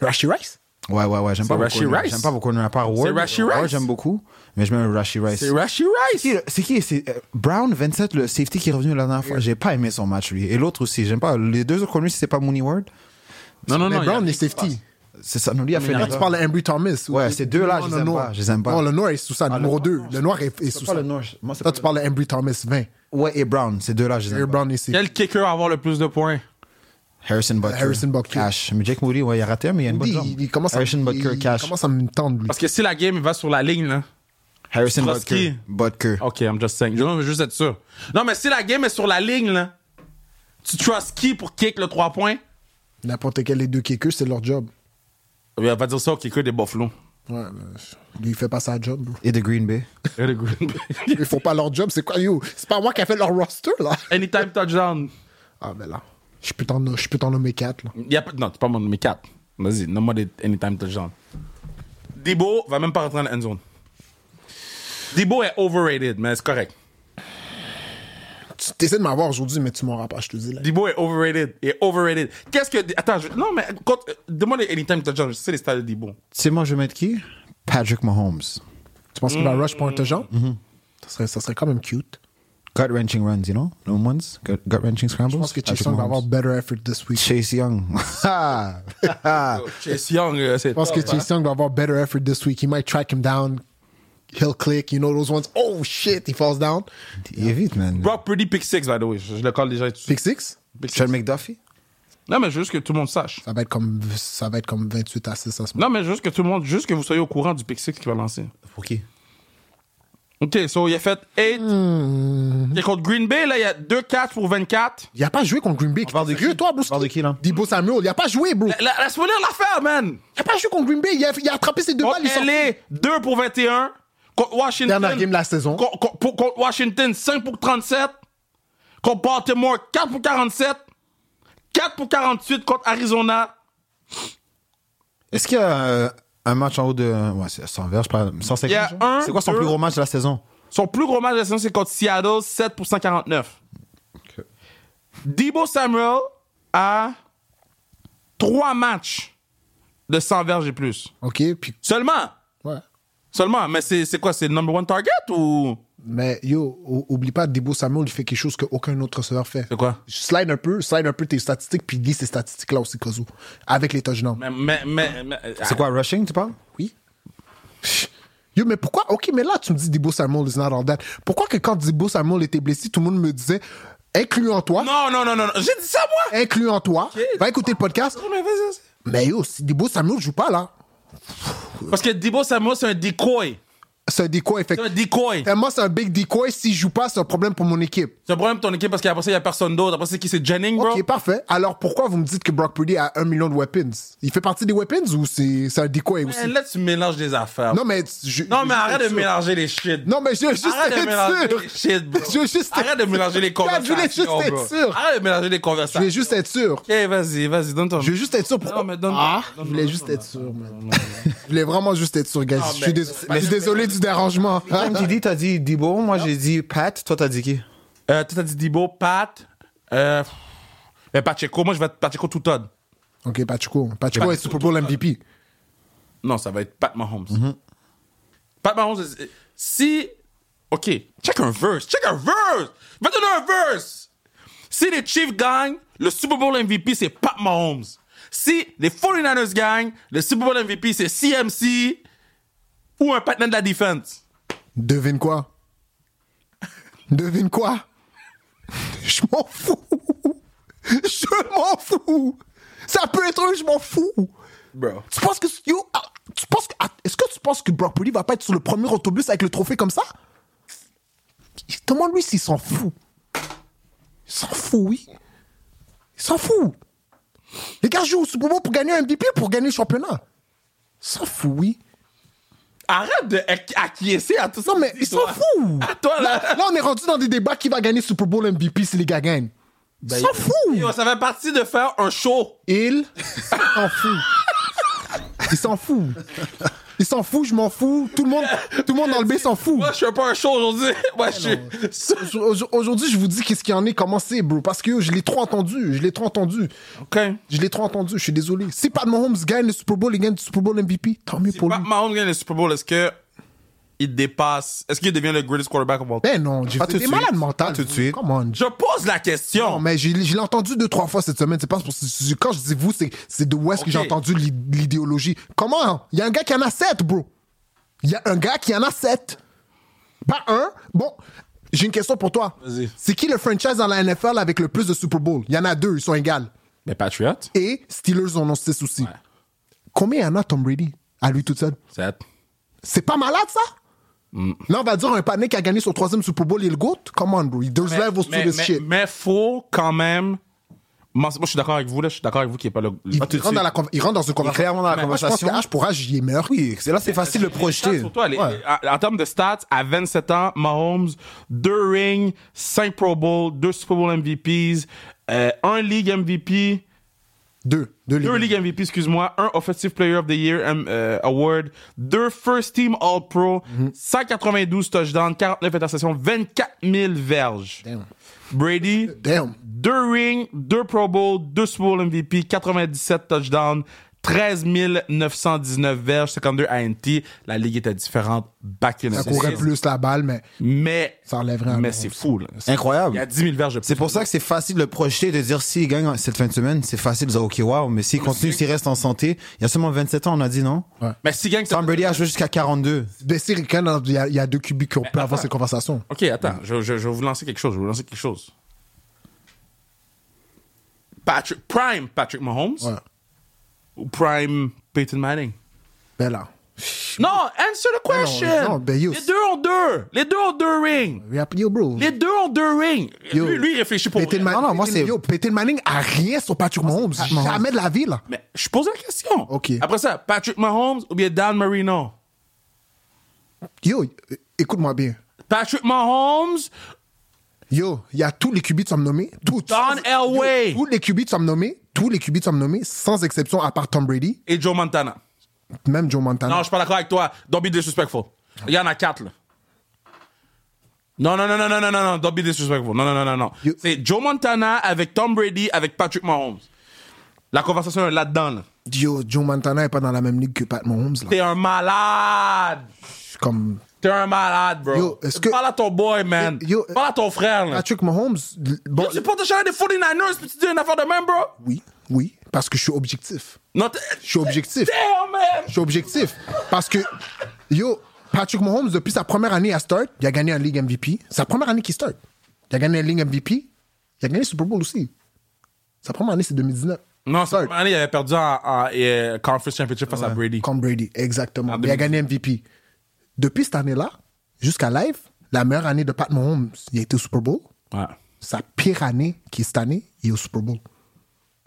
C: Rashi Rice.
B: Ouais, ouais, ouais, j'aime pas,
A: C'est
B: beaucoup.
A: Rashi
B: Corner.
A: Rice.
B: J'aime pas beaucoup, Corner, à part Ward.
A: C'est Rashi
B: Ward,
A: Rice.
B: j'aime beaucoup, mais je mets Rashi Rice.
A: C'est Rashi Rice.
B: Qui, le- C'est qui C'est euh, Brown, 27, le safety qui est revenu la dernière fois. J'ai pas aimé son match, lui. Et l'autre aussi, j'aime pas. Les deux autres connus, si c'est pas Mooney Ward,
A: Non, non,
C: Mais
A: non.
C: Brown
A: il y
C: les
A: a-
C: safety.
B: c'est ça. Nous, lui, a fait
C: Là
B: une
C: tu
B: erreur.
C: parles à Embry Thomas.
B: Ouais, ces deux-là,
C: Non,
B: je
C: non,
B: les aime
C: non.
B: pas, je les aime pas.
C: Non, le noir est sous ça,
B: Ah, le
C: numéro
B: noir,
C: 2.
B: non,
C: Le noir est,
B: C'est
C: est sous
B: pas
C: ça.
B: le noir, je- moi, c'est
C: Toi
B: pas
C: tu
B: le-
C: parles à Embry Thomas 20.
B: Ouais, et Brown, ces deux-là, je les aime
C: Harry
B: pas.
C: Brown est safety.
A: Quel kicker va avoir le plus de points?
B: Harrison Butker.
C: Harrison Butker.
B: Cash. Mais Jake Moody, ouais, il a raté, mais il a une bonne
C: Il,
B: jambe.
C: il commence à,
B: Harrison Butker,
C: il
B: cash.
C: commence à me tendre lui.
A: Parce que si la game va sur la ligne, là.
B: Harrison
A: Strosky.
B: Butker. Butker.
A: Ok, I'm just saying. Je veux juste être sûr. Non, mais si la game est sur la ligne, là, tu trust qui pour kick le 3 points?
C: N'importe quel des deux kickers, c'est leur job.
A: Il va dire ça au kicker des Buffalo.
C: Ouais, mais lui, il fait pas sa job. bro.
B: Et de Green Bay.
C: Ils font pas leur job, c'est quoi, yo? C'est pas moi qui a fait leur roster, là.
A: Anytime touchdown.
C: Ah, ben là. Je peux t'en, je peux t'en nommer quatre, là.
A: Y a pas- non, c'est pas mon numéro 4. Vas-y, nomme-moi des anytime touchdown. Debo va même pas rentrer dans la end zone. Debo est overrated, mais c'est correct.
C: Tu t'essaies de m'avoir aujourd'hui, mais tu m'auras pas, je te dis, là.
A: Debo est overrated. Il est overrated. Qu'est-ce que. Attends, je- non, mais quand- euh, demande les anytime touchdown. Je sais les stats de Debo.
B: Tu sais, moi, je vais mettre qui Patrick Mahomes. Mmh.
C: Tu penses qu'il va rush pour un touchdown? ça, serait, ça serait quand même cute.
B: gut wrenching runs, you know? Long ones? Gut wrenching scrambles?
C: Je pense que
B: Patrick
C: Chase Young va
B: Mahomes.
C: avoir better effort this week.
B: Chase Young. Ha! Ha!
A: Chase Young, euh, c'est
C: Ah.
B: Oh,
C: Je pense que
B: bah.
A: top, hein.
C: Chase Young va avoir better effort this week. He might track him down. He'll click. You know those ones. Oh shit, he falls down.
B: Il est vite, man.
A: Brock Purdy pick 6, by the way. Je, je le colle déjà. dessus.
C: Pick six.
A: Pick six.
B: Sean McDuffie?
A: Non, mais juste que tout le monde sache.
C: Ça va être comme ça va être comme 28 à 6 en ce moment.
A: Non, mais juste que tout le monde, juste que vous soyez au courant du pick 6 qu'il va lancer.
B: Pour qui?
A: OK, so il a fait 8.
C: Hmm.
A: Et contre Green Bay, là, il y a 2 4 pour 24.
C: Il a pas joué contre Green Bay.
B: parle de
C: Sérieux,
B: qui?
C: toi, bro.
B: On parle de qui, là?
C: Debo Samuel. Il a pas joué, bro.
A: La- Laisse-moi lire l'affaire, man.
C: Il a pas joué contre Green Bay. Il a, il a attrapé ses deux
B: Oh,
A: Contre
C: balles. il est sorti.
A: LA, 2 pour 21. Contre Washington.
C: Dernière game de la saison.
A: Con- con- pour- contre Washington, 5 pour 37. Contre Baltimore, 4 pour 47. 4 pour 48 contre Arizona.
B: Est-ce qu'il y a euh, un match en haut de. Ouais, c'est 100 verges, je parle. 150
A: Il y a
B: je-
A: un,
B: C'est quoi son
A: deux.
B: plus gros match de la saison?
A: Son plus gros match de la saison, c'est contre Seattle, 7 pour 149. Debo Samuel a 3 matchs de 100 verges et plus.
C: Ok, puis
A: Seulement.
C: ouais.
A: Seulement. Mais c'est c'est quoi? C'est le number one target ou.
C: Mais yo, ou- oublie pas, Debo Samuel, il fait quelque chose qu'aucun autre receveur fait.
A: C'est quoi?
C: Slide un peu, slide un peu tes statistiques, puis lis ces statistiques-là aussi, Kozo. Avec les touchdowns.
A: Mais. mais, mais, mais-
B: C'est quoi, rushing, tu parles?
C: Oui. Yo, mais pourquoi? Ok, mais là, tu me dis Debo Samuel is not all that. Pourquoi que quand Debo Samuel était blessé, tout le monde me disait, incluant toi,
A: Non, non, non, non. non. J'ai dit ça, moi!
C: incluant toi,
A: Ok.
C: va écouter le podcast.
A: Oh, mais vas-y, vas-y.
C: Mais yo, si Debo Samuel joue pas là,
A: Parce que Debo Samuel, c'est un decoy.
C: c'est un decoy. Fait
A: C'est
C: que
A: un decoy.
C: tellement c'est un big decoy, s'il joue pas, c'est un problème pour mon équipe.
A: C'est un problème de ton équipe parce qu'après ça, il n'y a personne d'autre. Après, c'est qui? C'est Jennings, bro?
C: Ok, parfait. Alors pourquoi vous me dites que Brock Purdy a un million de weapons Il fait partie des weapons ou c'est c'est un decoy aussi
A: Eh, Là, tu mélanges des affaires.
C: Non, mais. je-
A: Non, mais
C: je-
A: arrête de
C: je-
A: mélanger les shit.
C: Non, mais je veux juste
A: Arrête de mélanger
C: être
A: les
C: sûr.
A: shit, bro.
C: Je veux juste
A: Arrête de
C: être-
A: mélanger les
C: Regarde,
A: conversations.
C: je voulais juste être
A: bro.
C: sûr.
A: Arrête de mélanger les
C: Je
A: conversations.
C: voulais juste être sûr.
A: Ok, vas-y, vas-y, donne ton.
C: Je voulais juste être sûr. Pourquoi
A: Non, mais donne-
C: Ah,
A: donne-
C: je voulais
A: donne-
C: juste
A: donne-
C: être sûr, man. Je voulais vraiment juste être sûr, guys.
A: Ah,
C: Je suis
A: mais-
C: dés- je suis désolé du dérangement.
B: Toi, MTD, t'as dit Debo, moi j'ai dit Pat, toi t'as dit qui?
A: Euh, toi, t'as dit Dibo, Pat. Euh. euh, Pacheco, moi je vais être Pacheco tout Todd.
C: Ok, Pachuco. Pachuco est Super Bowl MVP.
A: Non, ça va être Pat Mahomes. Pat Mahomes, euh, si. Ok, check un verse, check un verse! Va donner un verse! Si les Chiefs gagnent, le Super Bowl MVP c'est Pat Mahomes. Si les 49ers gagnent, le Super Bowl MVP c'est CMC ou un patin de la défense.
C: Devine quoi Devine quoi Je m'en fous. Je m'en fous. Ça peut être eux, je m'en fous.
A: Bro.
C: Tu penses que yo, ah, tu penses que ah, est-ce que tu penses que Brock Purdy va pas être sur le premier autobus avec le trophée comme ça Demande-lui s'il s'en fout. Il s'en fout, oui. Il s'en fout. Les gars jouent au Super Bowl pour gagner un MVP ou pour gagner le championnat. Il s'en fout, oui.
A: Arrête de ac- acquiescer à tout ça.
C: Non, mais il s'en
A: Dis-toi.
C: fout.
A: À toi, là.
C: là, on est rendu dans des débats qui va gagner Super Bowl MVP si les gars gagnent. Il s'en
A: Yo,
C: fout.
A: ça fait partie de faire un show.
C: Il s'en fout. Il s'en fout. Il s'en fout, je m'en fous. Tout le monde, tout le monde dans le B s'en fout.
A: Moi, je fais pas un show aujourd'hui. Moi, je suis.
C: Aujourd'hui- Aujourd'hui, je vous dis qu'est-ce qu'il y en est, comment c'est, bro. Parce que yo, je l'ai trop entendu. Je l'ai trop entendu.
A: OK.
C: Je l'ai trop entendu. Je suis désolé. Si Pat Mahomes gagne le Super Bowl, il gagne le Super Bowl MVP. Tant mieux pour
A: Pat
C: lui.
A: Mahomes gagne le Super Bowl, est-ce que il dépasse. Est-ce qu'il devient le greatest quarterback of all time?
C: Ben non, j'ai
B: Pas tout de
C: fait des
B: suite.
C: malades mentales.
B: Pas tout de
C: bro.
B: suite.
C: Come on.
A: Je pose la question.
C: Non, Oh, mais je l'ai je l'ai entendu deux, trois fois cette semaine. C'est pas pour- c'est- quand je dis vous, c'est c'est de où est-ce que
A: Ok.
C: j'ai entendu l'i- l'idéologie. Comment Il y a un gars qui en a sept, bro. Il y a un gars qui en a sept. Pas un. Bon, j'ai une question pour toi.
A: Vas-y.
C: C'est qui le franchise dans la NFL avec le plus de Super Bowl Il y en a deux, ils sont égales.
A: Mais Patriot?
C: Et Steelers en ont six aussi. Combien il y en a Tom Brady à lui tout seul
A: Sept.
C: C'est pas malade ça
A: Mm.
C: Là, on va dire un panier qui a gagné son troisième Super Bowl, il est le GOAT? Come on, bro. There's levels to
A: mais,
C: this
A: mais-
C: shit.
A: mais faut quand même. Moi, c'est- moi, je suis d'accord avec vous, là. Je suis d'accord avec vous qu'il n'y pas le.
C: Il,
A: Pas
C: rentre dans la, con- il rentre dans une conversation.
B: clairement dans la
C: Mais moi,
B: conversation.
C: Je pense que H pour H, il est meilleur.
B: Oui, c'est- là c'est facile de le projeter.
A: Surtout, elle est-
C: Ouais.
A: en, en termes de stats, à 27 ans, Mahomes, 2 rings, 5 Pro Bowl, 2 Super Bowl MVPs, 1 euh, League MVP,
C: Deux. Deux,
A: deux
C: ligues.
A: League MVP, excuse-moi, un Offensive Player of the Year um, euh, Award, deux First Team All-Pro,
C: Mm-hmm.
A: 192 touchdowns, 49 interceptions, 24 000 verges.
C: Damn.
A: Brady,
C: Damn.
A: deux rings, deux Pro Bowl, deux Super Bowl MVP, 97 touchdowns, 13 919 verges, 52 ANT. La ligue était différente back in
C: Ça
A: the
C: courait
A: days.
C: plus la balle, mais
A: Mais,
C: ça enlèverait un
A: mais
C: bon
A: c'est
C: sens.
A: fou. Là. Il y a
B: Incroyable.
A: 10 000 verges de plus.
B: C'est pour ça que c'est facile de le projeter, de dire s'il gagne cette fin de semaine, c'est facile de dire ok, wow, mais s'il continue, s'il reste en santé, il y a seulement 27 ans, on a dit non.
A: Mais si gagne, ça.
B: Tom Brady a joué jusqu'à 42.
C: Mais c'est Rican, il y, a- il y a deux QB qu'on peut avoir ces conversations.
A: Ok, attends, je, je- je vais vous lancer quelque chose. Je vais vous lancer quelque chose. Patrick, prime Patrick Mahomes
C: Ouais.
A: ou prime Peyton Manning?
C: Ben là.
A: Non, answer the question!
C: non, non, ben, yo,
A: Les
C: c'est-
A: deux ont deux! Les deux ont deux rings!
C: Rap- Yo, bro.
A: Les deux ont deux rings!
C: Yo.
A: Lui, lui, il réfléchit pour
C: Peyton
A: vrai.
C: Manning.
B: non, moi, c'est-
C: Yo, Peyton Manning a rien sur Patrick Mahomes. Jamais de la vie, là.
A: Mais je pose la question.
C: Ok.
A: Après ça, Patrick Mahomes ou bien Dan Marino?
C: Yo, euh, écoute-moi bien.
A: Patrick Mahomes,
C: Yo, il y a tous les QB de sommes nommés. Tous,
A: Don Elway.
C: Yo, Tous les QB de sommes nommés. Tous les QB de sommes nommés, sans exception, à part Tom Brady,
A: et Joe Montana.
C: même Joe Montana.
A: Non, je suis pas d'accord avec toi. Don't be disrespectful. Il y en a quatre, là. Non, non, non, non, non, non, non, non, don't be disrespectful. Non, non, non, non, non.
C: You-
A: C'est Joe Montana avec Tom Brady, avec Patrick Mahomes. La conversation est là-dedans, là.
C: Yo, Joe Montana est pas dans la même ligue que Pat Mahomes, là.
A: T'es un malade!
C: Je suis Comme
A: T'es un malade, bro.
C: Yo, est-ce que-
A: Parle à ton boy, man.
C: Yo,
A: Parle à ton frère, là.
C: Patrick Mahomes, l- bon,
A: Yo, tu portes le chandail des 49ers, puis tu dis une affaire de même, bro?
C: oui, oui, parce que je suis objectif.
A: Non, t'es...
C: Je suis objectif.
A: Damn, man!
C: Je suis objectif. Parce que, yo, Patrick Mahomes, depuis sa première année à start, il a gagné un Ligue MVP. Sa première année qu'il start. Il a gagné un Ligue MVP. Il a gagné le Super Bowl aussi. Sa première année, c'est 2019.
A: Non, c'est
C: Start.
A: première année, il avait perdu en, en- euh, Conference Championship face à Brady.
C: Comme Brady, exactement.
A: En
C: Il a gagné MVP. Depuis cette année-là, jusqu'à live, la meilleure année de Pat Mahomes, il a été au Super Bowl.
A: Ouais.
C: Sa pire année, qui est cette année, il est au Super Bowl.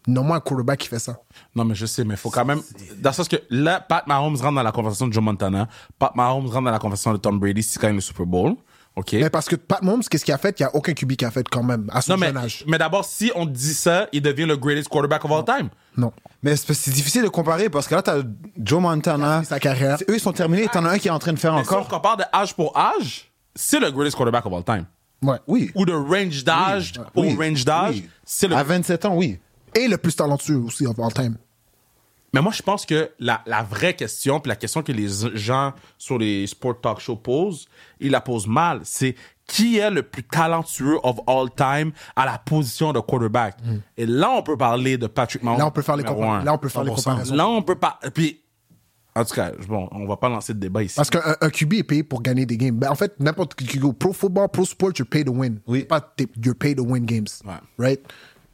C: Nomme-moi un quarterback qui fait ça.
A: Non, mais je sais, mais il faut quand même. Dans le sens que là, Pat Mahomes rentre dans la conversation de Joe Montana. Pat Mahomes rentre dans la conversation de Tom Brady s'il gagne le Super Bowl. OK?
C: Mais parce que Pat Mahomes, qu'est-ce qu'il a fait? Il n'y a aucun QB qui a fait quand même, à son
A: non, mais,
C: jeune âge.
A: mais d'abord, si on dit ça, il devient le greatest quarterback of all time.
C: Non.
B: Mais c'est parce que c'est difficile de comparer parce que là, t'as Joe Montana.
C: Sa carrière.
B: C'est- Eux, ils sont terminés. T'en as un qui est en train de faire
A: Mais si on
B: encore.
A: compare de âge pour âge, c'est le greatest quarterback of all time.
C: Ouais.
B: Oui.
A: Ou de range d'âge
B: Oui.
A: au range d'âge,
B: Oui.
A: c'est le
B: À 27 ans, oui.
C: Et le plus talentueux aussi of all time.
A: Mais moi, je pense que la, la vraie question, puis la question que les gens sur les sport talk shows posent, ils la posent mal. C'est qui est le plus talentueux of all time à la position de quarterback? Et là, on peut parler de Patrick Mahomes.
C: Mm. Là, on peut faire les
A: numéro
C: compar-
A: un.
C: là, on peut faire les
A: 100%.
C: comparaisons.
A: Là, on peut pas. Puis, en tout cas, bon, on va pas lancer de débat ici.
C: Parce qu'un un QB est payé pour gagner des games. Ben, en fait, n'importe qui go pro football, pro sport, you're paid to win.
B: Oui.
C: Pas t'es- you're paid to win games.
A: Ouais.
C: Right?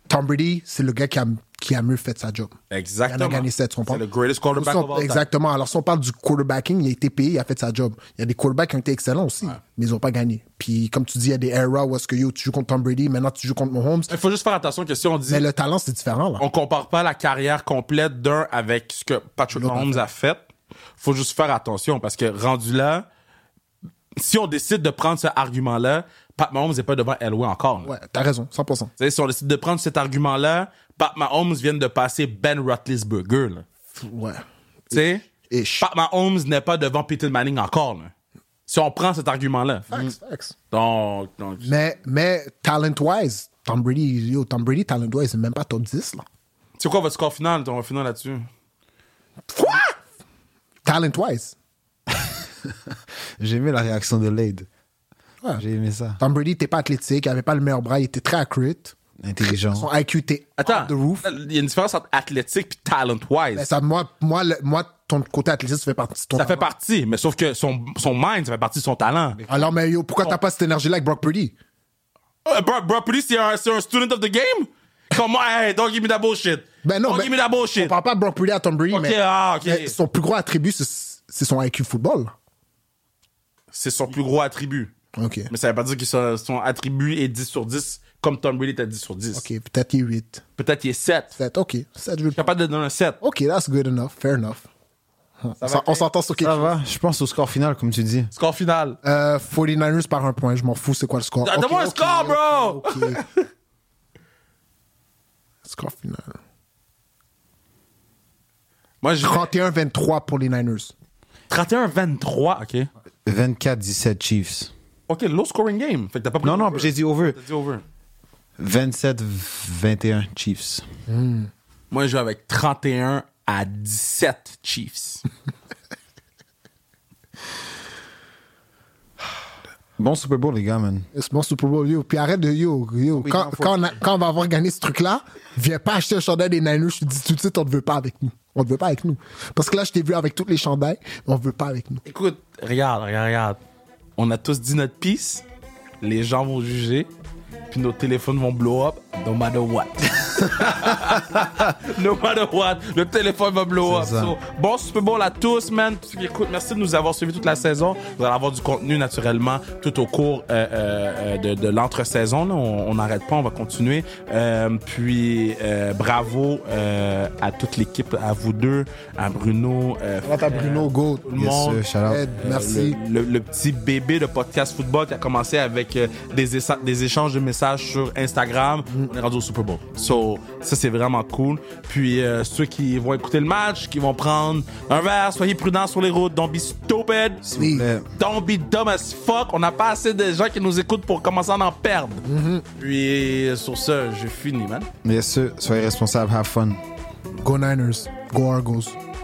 C: Tom Brady, c'est le gars qui a, qui a mieux fait sa job. Il
A: Exactement.
C: en a gagné 7, on parle.
A: C'est le greatest quarterback
C: Si on-
A: of all time.
C: Exactement. Alors, si on parle du quarterbacking, il a été payé, il a fait sa job. Il y a des quarterbacks qui ont été excellents aussi, mais ils n'ont pas gagné. Puis, comme tu dis, il y a des eras où est-ce que yo, tu joues contre Tom Brady, maintenant tu joues contre Mahomes.
A: Il faut juste faire attention que si on dit.
C: Mais le talent, c'est différent, là.
A: on compare pas la carrière complète d'un avec ce que Patrick
C: L'autre
A: Mahomes a fait. Faut juste faire attention parce que rendu là, si on décide de prendre ce argument-là, Pat Mahomes n'est pas devant Elway encore. là.
C: Ouais, t'as raison, 100%.
A: Tu sais, Si on décide de prendre cet argument-là, Pat Mahomes vient de passer Ben Roethlisberger. là.
C: Ouais.
A: Tu sais,
C: Ish.
A: Pat Mahomes n'est pas devant Peyton Manning encore. là. Si on prend cet argument-là.
C: Facts, facts.
A: Donc, donc-
C: Mais, mais talent-wise, Tom Brady, yo, Tom Brady, talent-wise, c'est même pas top 10, là.
A: c'est quoi votre score final? On va finir là-dessus.
C: Quoi? Talent-wise.
B: J'ai aimé la réaction de Lade.
C: Ouais.
B: J'ai aimé ça.
C: Tom Brady était pas athlétique, il avait pas le meilleur bras, il était très accurate.
B: Intelligent.
C: Son IQ était
A: Attends,
C: off the roof.
A: il y a une différence entre athlétique et
C: Mais
A: talent-wise.
C: ça, moi, moi, le- moi, ton côté athlétique, ça fait partie de ton
A: Ça fait
C: talent.
A: partie, mais sauf que son, son mind, ça fait partie de son talent.
C: Alors, mais yo, pourquoi
A: Oh.
C: t'as pas cette énergie-là avec Brock Purdy?
A: Euh, bro, bro, Purdy, c'est un, c'est un student of the game? Come on, hey, don't give me that bullshit.
C: Ben non,
A: don't
C: mais-
A: Oh, give me that
C: On
A: bullshit.
C: parle pas de Brock Purdy à Tom Brady,
A: Ok,
C: mais,
A: ah, ok.
C: mais son plus gros attribut, c'est c'est son IQ football.
A: C'est son plus gros attribut.
C: OK.
A: Mais ça veut pas dire que son, son attribut est 10 sur 10, comme Tom Brady était 10 sur 10.
C: OK, peut-être il est 8.
A: Peut-être il est 7.
C: 7, OK. 7, je
A: Capable de donner un 7.
C: OK, that's good enough. Fair enough. On s'en- on s'entend sur quelque
B: Ça va. Je pense au score final, comme tu dis.
A: Score final.
C: Euh, 49ers par un point, je m'en fous, c'est quoi le score?
A: Ah, Donne-moi un score, bro!
C: bro! score final.
A: Moi, j'ai
C: 31-23 pour les Niners.
A: 31-23. OK.
B: 24-17 Chiefs.
A: OK, low scoring game. Fait que t'as pas pris
B: Non, non,
A: over.
B: j'ai dit over.
A: T'as dit over.
B: 27-21 Chiefs.
A: Moi, je joue avec 31 à 17 Chiefs.
B: Bon Super Bowl, les gars, man.
C: C'est mon Super Bowl, yo. Puis arrête de yo. yo.
B: Oui,
C: Quand,
B: non, faut-
C: quand, on a- quand on va avoir gagné ce truc-là, viens pas acheter un chandail des Niners. Je te dis tout de suite, on ne veut pas avec nous. On ne veut pas avec nous. Parce que là, je t'ai vu avec tous les chandails, on ne veut pas avec nous.
A: Écoute, regarde, regarde, regarde. On a tous dit notre piece. Les gens vont juger. Puis nos téléphones vont blow up, no matter what. no matter what, le téléphone va blow up.
B: C'est ça.
A: So, bon Super Bowl à tous, man. Tous ceux qui écoutent, merci de nous avoir suivis toute la saison. Vous allez avoir du contenu naturellement tout au cours euh, euh, euh, de, de l'entre-saison. là. On on n'arrête pas, on va continuer. Euh, puis euh, bravo euh, à toute l'équipe, à vous deux, à Bruno. euh,
C: Quant à Bruno, go.
A: tout le
B: Yes,
A: monde.
B: sir, shout out.
C: Ed,
B: Euh,
C: merci.
A: Euh, Le, le- le petit bébé de podcast football qui a commencé avec euh, des, ésa- des échanges de messages sur Instagram. On est rendu au Super Bowl. So, ça, c'est vraiment cool. Puis, euh, ceux qui vont écouter le match, qui vont prendre un verre, soyez prudents sur les routes. Don't be stupid.
C: Oui.
B: Mais-
A: Don't be dumb as fuck. On n'a pas assez de gens qui nous écoutent pour commencer à en perdre. Puis, euh, sur ce, je finis, man.
B: Bien sûr, soyez responsables, have fun.
C: Go Niners. Go Argos.